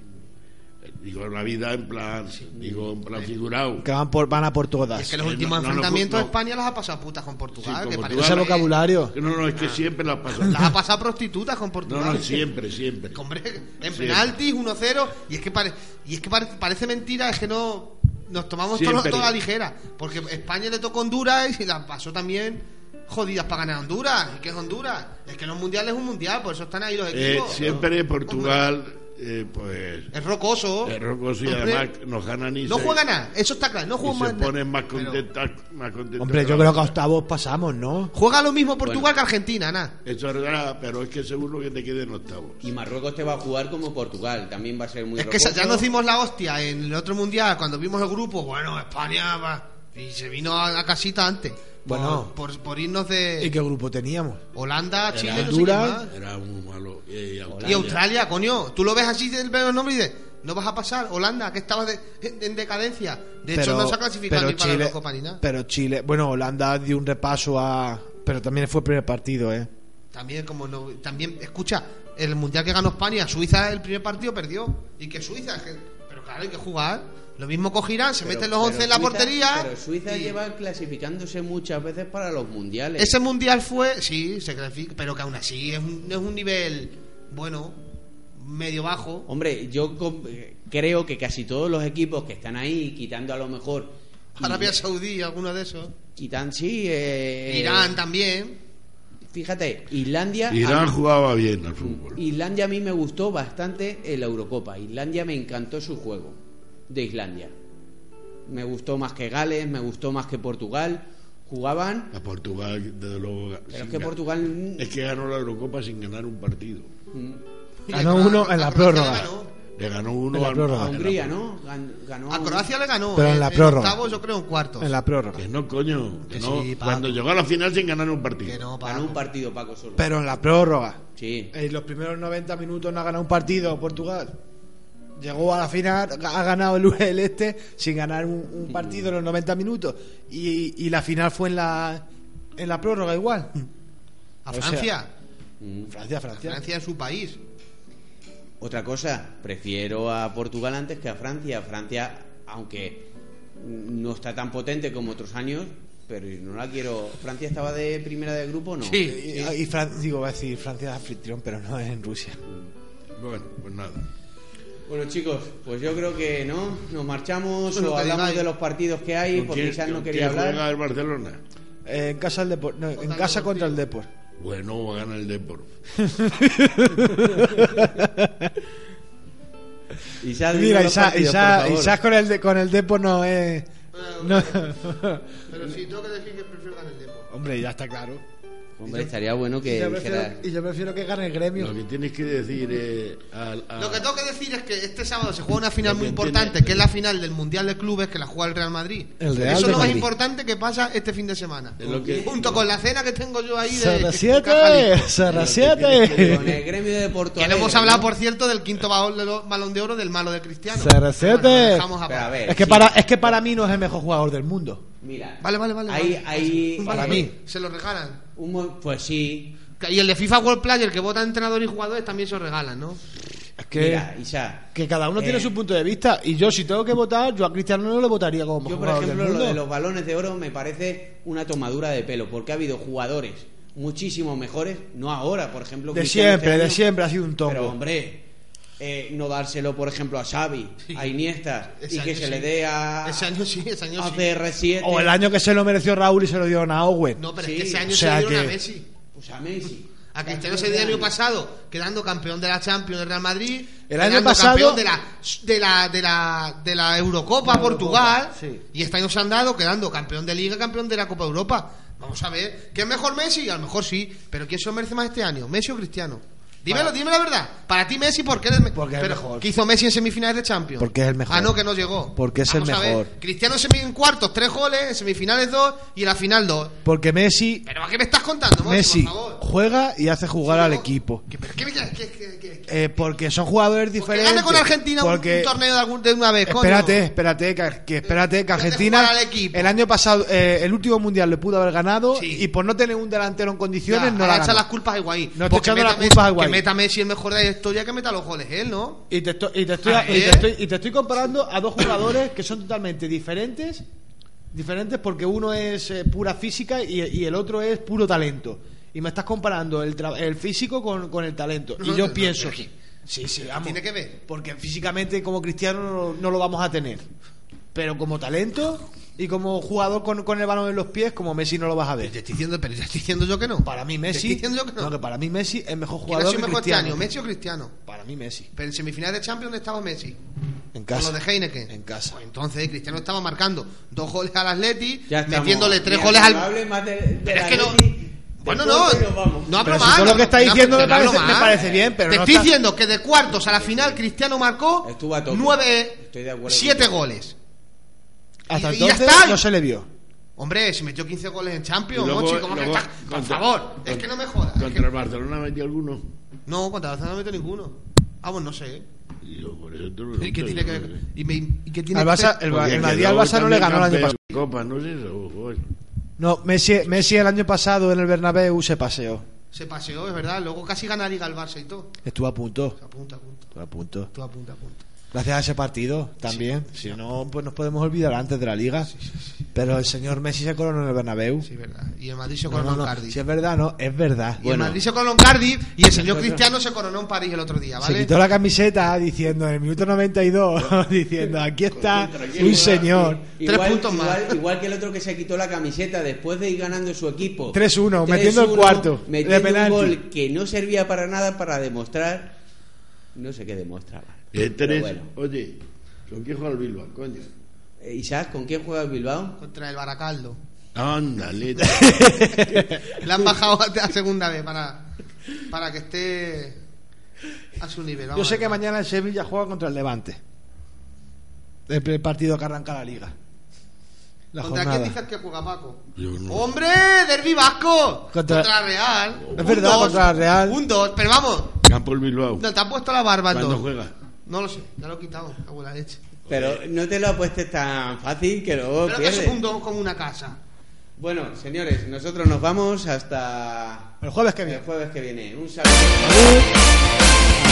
Speaker 4: Eh, Digo la vida en plan. Digo en plan figurado.
Speaker 2: Que van, por, van a por
Speaker 3: Y
Speaker 2: todas.
Speaker 3: es que los
Speaker 4: no,
Speaker 3: últimos
Speaker 4: no, no,
Speaker 3: enfrentamientos
Speaker 4: no.
Speaker 3: de España las ha pasado putas con Portugal.
Speaker 4: Sí, con
Speaker 3: que
Speaker 4: Portugal.
Speaker 3: parece
Speaker 2: Ese
Speaker 3: que-
Speaker 2: vocabulario.
Speaker 4: No, no, es que siempre la pasan.
Speaker 3: Las ha pasado prostitutas con Portugal.
Speaker 4: No, no, siempre, siempre.
Speaker 3: Hombre, en
Speaker 4: Siempre.
Speaker 3: penaltis 1-0 y es que, pare- y es que pare- parece mentira, es que no nos tomamos todo,
Speaker 4: Siempre.
Speaker 3: toda la ligera, porque España le tocó a Honduras y la pasó también jodidas para ganar a Honduras, ¿y qué es Honduras? Es que los mundiales es un mundial, por eso están ahí los
Speaker 4: Eh,
Speaker 3: equipos.
Speaker 4: siempre
Speaker 3: Hombre,
Speaker 4: Portugal, eh, pues.
Speaker 3: Es rocoso.
Speaker 4: Es rocoso y
Speaker 3: Hombre,
Speaker 4: además nos ganan y
Speaker 3: No
Speaker 4: se,
Speaker 3: juega nada, eso está claro, no
Speaker 4: y
Speaker 3: juega
Speaker 4: se
Speaker 3: más nada.
Speaker 4: ponen más
Speaker 3: Pero
Speaker 4: contentas. Más contentas
Speaker 2: Hombre,
Speaker 4: que
Speaker 2: yo
Speaker 4: la
Speaker 2: creo que a
Speaker 4: otra.
Speaker 2: octavos pasamos, ¿no?
Speaker 3: Juega lo mismo Portugal que Argentina, nada.
Speaker 4: Eso es verdad, pero es que seguro que te queden octavos.
Speaker 1: Y Marruecos te va a jugar como Portugal. También va a ser muy
Speaker 3: Es que esa- ya
Speaker 1: rocoso.
Speaker 3: nos dimos la hostia en el otro mundial cuando vimos el grupo. Bueno, España va- y se vino a, a casita antes. Por-
Speaker 2: Bueno.
Speaker 3: por, por irnos de
Speaker 2: ¿Y qué grupo teníamos?
Speaker 3: Holanda, Chile, no sé
Speaker 2: Honduras.
Speaker 3: quién más.
Speaker 4: Era muy malo. Y Australia.
Speaker 3: Y Australia, coño. Tú lo ves así, te ves los nombres y dices, no vas a pasar. Holanda, que estaba de- en decadencia. De hecho, no se ha clasificado ni para la Copa ni nada.
Speaker 2: Pero Chile, bueno, Holanda dio un repaso a. Pero también fue el primer partido, ¿eh?
Speaker 3: También, como no- también, escucha, el mundial que ganó España, Suiza el primer partido perdió. Y que Suiza, que- pero claro, hay que jugar. Lo mismo cogirán, se
Speaker 1: Pero-
Speaker 3: meten los
Speaker 1: pero
Speaker 3: 11 en la
Speaker 1: Suiza-
Speaker 3: portería.
Speaker 1: Pero Suiza
Speaker 3: y-
Speaker 1: lleva clasificándose muchas veces para los mundiales.
Speaker 3: Ese mundial fue, sí, se clasifica, pero que aún así es un, es un nivel, bueno, medio bajo.
Speaker 1: Hombre, yo com- eh, creo que casi todos los equipos que están ahí, quitando a lo mejor.
Speaker 3: Arabia Saudí, alguno de esos.
Speaker 1: Quitan, sí. eh,
Speaker 3: Irán también.
Speaker 1: Fíjate, Islandia. a
Speaker 4: Irán
Speaker 1: mí-
Speaker 4: jugaba bien al fútbol.
Speaker 1: Islandia a mí me gustó bastante en la Eurocopa. Islandia me encantó su juego de Islandia. Me gustó más que Gales, me gustó más que Portugal. Jugaban,
Speaker 4: A Portugal, desde luego.
Speaker 1: pero
Speaker 4: sin
Speaker 1: es que
Speaker 4: gan-
Speaker 1: Portugal
Speaker 4: Es que ganó la Eurocopa sin ganar un partido.
Speaker 1: mm,
Speaker 2: Ganó uno en la
Speaker 3: A Croacia
Speaker 2: prórroga.
Speaker 3: le ganó.
Speaker 4: Le ganó uno
Speaker 2: En la
Speaker 4: al-
Speaker 2: prórroga.
Speaker 1: A
Speaker 4: en la
Speaker 1: Hungría,
Speaker 4: prórroga.
Speaker 1: ¿no? Gan- Ganó.
Speaker 3: A Croacia le ganó. eh,
Speaker 2: Pero en la prórroga.
Speaker 3: octavos, yo creo, en cuartos.
Speaker 2: en la prórroga.
Speaker 4: Que no, coño. que
Speaker 3: Que
Speaker 4: no.
Speaker 3: sí, Paco.
Speaker 4: Cuando llegó a la final sin ganar un partido.
Speaker 3: Que Ah, no,
Speaker 1: Ganó
Speaker 3: Paco.
Speaker 1: un partido Paco solo.
Speaker 2: Pero en la prórroga.
Speaker 1: Sí.
Speaker 2: En los primeros 90 minutos no ha ganado un partido Portugal. Llegó a la final, ha ganado el, el este sin ganar un, un partido en los 90 minutos. Y, y la final fue en la, en la prórroga igual.
Speaker 3: A
Speaker 2: O sea,
Speaker 3: Francia.
Speaker 1: Mm.
Speaker 2: Francia, Francia.
Speaker 3: Francia es su país.
Speaker 1: Otra cosa, prefiero a Portugal antes que a Francia. Francia, aunque no está tan potente como otros años, pero no la quiero. ¿Francia estaba de primera de grupo no?
Speaker 2: Y, y Fran- digo, va a decir Francia es anfitrión, pero no es en Rusia.
Speaker 4: Bueno, pues nada.
Speaker 1: Bueno, chicos, pues yo creo que no. Nos marchamos
Speaker 3: Bueno,
Speaker 1: o
Speaker 3: que
Speaker 1: hablamos
Speaker 3: digáis.
Speaker 1: de los partidos que hay,
Speaker 4: ¿Con
Speaker 1: porque
Speaker 4: quién-
Speaker 1: Isaac no
Speaker 4: con
Speaker 1: quería
Speaker 4: quién juega
Speaker 1: hablar.
Speaker 4: el Barcelona?
Speaker 2: Eh, en casa, el Depor- no, en
Speaker 3: Contra el
Speaker 2: casa
Speaker 3: Deportivo.
Speaker 2: contra el Depor.
Speaker 4: Bueno, gana el Depor.
Speaker 1: Isaac, dinos
Speaker 2: Mira,
Speaker 1: los
Speaker 2: Isaac,
Speaker 1: partidos, por
Speaker 2: Isaac-
Speaker 1: favor.
Speaker 2: Isaac con el, de- con el Depor no es. No.
Speaker 3: Pero si tengo que decir que prefiero ganar el Depor.
Speaker 2: Hombre, ya está claro.
Speaker 1: Hombre, estaría bueno
Speaker 2: Y
Speaker 1: que
Speaker 2: yo,
Speaker 1: dijera.
Speaker 2: prefiero, y yo prefiero que gane el gremio.
Speaker 4: Lo que tienes que decir eh, al- a-
Speaker 3: Lo que tengo que decir es que este sábado se juega una final
Speaker 4: Lo
Speaker 3: muy
Speaker 4: que
Speaker 3: importante,
Speaker 4: entiende-
Speaker 3: que es la final del Mundial de Clubes que la juega el Real Madrid.
Speaker 2: El Real de
Speaker 3: Eso es lo más
Speaker 2: Madrid.
Speaker 3: importante que pasa este fin de semana.
Speaker 4: de lo que-
Speaker 3: Junto con la cena que tengo yo ahí de...
Speaker 2: Serra
Speaker 3: Caja
Speaker 2: 7,
Speaker 3: Libre.
Speaker 2: Serra
Speaker 1: Con
Speaker 2: 7.
Speaker 1: el gremio de Porto
Speaker 3: Que no hemos
Speaker 1: Alegre,
Speaker 3: hablado,
Speaker 1: ¿no?
Speaker 3: por cierto, del quinto balón de lo- balón de oro del malo de Cristiano.
Speaker 2: CR7.
Speaker 3: Bueno, lo dejamos
Speaker 1: Pero a
Speaker 3: aparte.
Speaker 1: ver,
Speaker 2: Es que,
Speaker 1: sí,
Speaker 2: para, es que para mí no es el mejor jugador del mundo.
Speaker 1: Mira.
Speaker 3: Vale, vale, vale.
Speaker 1: Hay,
Speaker 3: vale.
Speaker 1: hay,
Speaker 3: Vale,
Speaker 1: eh,
Speaker 2: mí.
Speaker 3: Se lo regalan.
Speaker 1: un mo- pues sí,
Speaker 3: Y el de FIFA World Player que vota entrenador y jugadores también se lo regalan, ¿no?
Speaker 2: Es que,
Speaker 1: mira, Isaac.
Speaker 2: que cada uno
Speaker 1: eh,
Speaker 2: tiene su punto de vista. Y yo, si tengo que votar, yo a Cristiano no le votaría como mejor
Speaker 1: Yo, por
Speaker 2: jugador
Speaker 1: ejemplo,
Speaker 2: del
Speaker 1: lo
Speaker 2: mundo.
Speaker 1: de los balones de oro me parece una tomadura de pelo, porque ha habido jugadores muchísimo mejores, no ahora, por ejemplo.
Speaker 2: De
Speaker 1: Cristiano
Speaker 2: siempre,
Speaker 1: este
Speaker 2: de
Speaker 1: año,
Speaker 2: siempre ha sido un tongo.
Speaker 1: Pero, hombre, eh, no dárselo, por ejemplo, a Xavi, a Iniesta,
Speaker 3: Ese
Speaker 1: y que
Speaker 3: año
Speaker 1: se
Speaker 3: sí.
Speaker 1: le dé
Speaker 4: Ah.
Speaker 1: a,
Speaker 3: Ese año sí, ese año
Speaker 1: a
Speaker 3: sí.
Speaker 1: CR7,
Speaker 2: O el año que se lo mereció Raúl y se lo dieron a Owen.
Speaker 3: No, pero
Speaker 1: Sí,
Speaker 3: es que ese año
Speaker 2: o sea
Speaker 3: se lo dieron
Speaker 2: que-
Speaker 3: a Messi.
Speaker 1: pues a Messi.
Speaker 3: A Cristiano se dio el año pasado, quedando campeón de la Champions del Real Madrid,
Speaker 2: El año
Speaker 3: quedando
Speaker 2: pasado-
Speaker 3: campeón de la, de la, de la, de la Eurocopa
Speaker 2: La
Speaker 3: Portugal,
Speaker 2: Eurocopa, sí.
Speaker 3: y este año se han dado quedando campeón de Liga, campeón de la Copa Europa. Vamos a ver, ¿qué es mejor Messi? A lo mejor sí, pero ¿quién se lo merece más este año? ¿Messi o Cristiano? Dímelo, dime la verdad. Para ti Messi, ¿por qué eres me-
Speaker 2: Porque es
Speaker 3: pero,
Speaker 2: mejor.
Speaker 3: ¿Qué hizo Messi en semifinales de Champions?
Speaker 2: Porque es el mejor.
Speaker 3: Ah, no, que no llegó.
Speaker 2: Porque es el
Speaker 3: Vamos a ver,
Speaker 2: mejor.
Speaker 3: Cristiano en semi- en cuartos, tres goles, en semifinales dos, y en la final dos.
Speaker 2: Porque Messi,
Speaker 3: ¿Pero a qué me estás contando, Monchi,
Speaker 2: Messi
Speaker 3: por favor?
Speaker 2: juega y hace jugar al equipo.
Speaker 3: ¿Qué, pero qué, me quieres- qué- qué- qué- qué-
Speaker 2: Eh, porque son jugadores
Speaker 3: Porque
Speaker 2: diferentes.
Speaker 3: gane con Argentina un-
Speaker 2: Porque-
Speaker 3: un torneo de, algún- de una vez, coño.
Speaker 2: Espérate, espérate, que, que espérate, que
Speaker 3: Deja
Speaker 2: Argentina
Speaker 3: jugar al equipo.
Speaker 2: el año pasado, eh, el último mundial le pudo haber ganado
Speaker 3: Sí.
Speaker 2: y por no tener un delantero en
Speaker 3: Ya,
Speaker 2: condiciones no
Speaker 3: ahora
Speaker 2: la
Speaker 3: echa
Speaker 2: ganó.
Speaker 3: las culpas a Higuaín.
Speaker 2: No estoy
Speaker 3: Porque
Speaker 2: echando
Speaker 3: meta
Speaker 2: las culpas a
Speaker 3: Messi-
Speaker 2: Higuaín.
Speaker 3: Que meta Messi el mejor de la historia, que meta los goles él, ¿no?
Speaker 2: Y te estoy, y te estoy-
Speaker 3: Ah,
Speaker 2: y te
Speaker 3: ¿eh?
Speaker 2: estoy- y te estoy comparando a dos jugadores que son totalmente diferentes, diferentes porque uno es eh, pura física y, y el otro es puro talento. Y me estás comparando el, tra- el físico con, con el talento.
Speaker 3: No,
Speaker 2: y
Speaker 3: no,
Speaker 2: yo
Speaker 3: no,
Speaker 2: pienso,
Speaker 3: pero es que-
Speaker 2: sí, sí, vamos.
Speaker 3: tiene que ver.
Speaker 2: Porque físicamente como cristiano no, no lo vamos a tener. Pero como talento y como jugador con, con el balón en los pies, como Messi no lo vas a
Speaker 3: Te
Speaker 2: ver.
Speaker 3: estoy diciendo, pero te estoy diciendo yo que no.
Speaker 2: Para mí
Speaker 3: Te
Speaker 2: Messi,
Speaker 3: estoy diciendo yo que no.
Speaker 2: no, que para mí Messi es mejor
Speaker 3: ¿Quién ha sido
Speaker 2: jugador que
Speaker 3: mejor este
Speaker 2: cristiano.
Speaker 3: año, Messi o Cristiano?
Speaker 2: Para mí Messi,
Speaker 3: Pero en semifinales de Champions estaba Messi.
Speaker 2: en
Speaker 3: Con
Speaker 2: casa.
Speaker 3: lo de Heineken.
Speaker 2: En casa.
Speaker 3: Pues entonces Cristiano estaba marcando dos goles al Atleti,
Speaker 1: Ya estamos.
Speaker 3: metiéndole tres
Speaker 1: Mira,
Speaker 3: goles
Speaker 1: No
Speaker 3: al...
Speaker 1: hable más de- de
Speaker 3: Pero es
Speaker 1: la
Speaker 3: que no-
Speaker 1: Leti, del
Speaker 3: Bueno, no,
Speaker 1: Porto y nos vamos.
Speaker 3: no hablo
Speaker 2: Pero si
Speaker 3: mal.
Speaker 2: todo lo que está
Speaker 3: no,
Speaker 2: diciendo
Speaker 3: no
Speaker 2: me
Speaker 3: hablo
Speaker 2: parece- me
Speaker 3: mal.
Speaker 2: parece bien, pero
Speaker 3: Te
Speaker 2: no
Speaker 3: estoy
Speaker 2: está-
Speaker 3: diciendo que de cuartos a la final Cristiano marcó
Speaker 1: Estuvo a tope.
Speaker 3: nueve,
Speaker 1: Estoy de acuerdo
Speaker 3: siete
Speaker 1: contigo.
Speaker 3: goles.
Speaker 2: Hasta
Speaker 3: Y- y ya
Speaker 2: entonces
Speaker 3: está.
Speaker 2: no se le vio.
Speaker 3: Hombre, si metió 15 goles en Champions,
Speaker 4: Y luego-
Speaker 3: Monchi, ¿cómo que
Speaker 4: luego
Speaker 3: estás? Por
Speaker 4: contra-
Speaker 3: favor, es
Speaker 4: contra-
Speaker 3: que no me jodas. es
Speaker 4: Contra
Speaker 3: que-
Speaker 4: el Barcelona metió alguno.
Speaker 3: No, contra el Barcelona no metió ninguno. Ah, pues no sé.
Speaker 4: Y yo, por eso te lo
Speaker 3: ¿Y qué tiene que ver? ¿Y, me- y qué tiene
Speaker 2: Al
Speaker 3: que
Speaker 2: Barça,
Speaker 3: ver?
Speaker 2: el,
Speaker 4: Porque
Speaker 2: el Madrid
Speaker 4: quedó
Speaker 2: al Barça no le ganó
Speaker 4: también
Speaker 2: el año
Speaker 4: campeón
Speaker 2: pasado.
Speaker 4: de Copa, no es eso, joder.
Speaker 2: No, Messi, Messi el año pasado en el Bernabéu se paseó.
Speaker 3: Se paseó, es verdad. Luego casi gana Liga el Barça y todo.
Speaker 2: Estuvo a punto.
Speaker 3: Apunta, apunta,
Speaker 2: Estuvo a punto.
Speaker 3: tú apunta, apunta.
Speaker 2: Gracias a ese partido también. si no, pues nos podemos olvidar antes de la liga. Pero el señor Messi se coronó en el Bernabéu.
Speaker 3: Sí, es verdad. Y el Madrid se
Speaker 2: No,
Speaker 3: coronó
Speaker 2: no,
Speaker 3: en
Speaker 2: no.
Speaker 3: Cardiff.
Speaker 2: Si es verdad, no, es verdad.
Speaker 3: Y
Speaker 1: Bueno.
Speaker 3: el Madrid se coronó en Cardiff y el señor Cristiano se coronó en París el otro día,
Speaker 2: Se
Speaker 3: ¿vale?
Speaker 2: quitó la camiseta diciendo en el minuto 92, diciendo aquí está un señor.
Speaker 3: Tres puntos más.
Speaker 1: Igual, igual que el otro que se quitó la camiseta después de ir ganando su equipo.
Speaker 2: 3-1, metiendo el cuarto, de
Speaker 1: Metiendo
Speaker 2: penalti.
Speaker 1: un gol que no servía para nada para demostrar. No sé qué demostraba.
Speaker 4: Que
Speaker 1: Pero
Speaker 4: tenés-
Speaker 1: bueno.
Speaker 4: Este Oye, ¿con quién juega el Bilbao, coño?
Speaker 1: Eh, Isaac, ¿con quién juega el Bilbao?
Speaker 3: Contra el Baracaldo.
Speaker 4: Ándale.
Speaker 3: Le han bajado a la segunda vez para, para que esté a su nivel.
Speaker 2: Yo
Speaker 3: vamos a
Speaker 2: sé que
Speaker 3: ver.
Speaker 2: mañana el Sevilla juega contra el Levante. El primer partido que arranca la liga. La
Speaker 3: ¿Contra
Speaker 2: jornada.
Speaker 3: quién dices que juega Paco?
Speaker 4: Yo no.
Speaker 3: ¡Hombre! ¡Derby vasco!
Speaker 2: Contra-
Speaker 3: Contra, Real.
Speaker 2: Es verdad,
Speaker 3: dos,
Speaker 2: contra Real.
Speaker 3: Un 2, pero vamos.
Speaker 4: Campo el Bilbao.
Speaker 3: No, te has puesto la barba en
Speaker 4: ¿Cuándo
Speaker 3: dos.
Speaker 4: juega?
Speaker 3: No lo sé, ya lo he quitado, hago la leche.
Speaker 1: Pero no te lo apuestes tan fácil que luego
Speaker 3: Pero que
Speaker 1: pierdes.
Speaker 3: es un 2 como una casa.
Speaker 1: Bueno, señores, nosotros nos vamos hasta
Speaker 2: El jueves que
Speaker 1: el
Speaker 2: viene.
Speaker 1: jueves que viene. Un saludo.
Speaker 2: Adiós.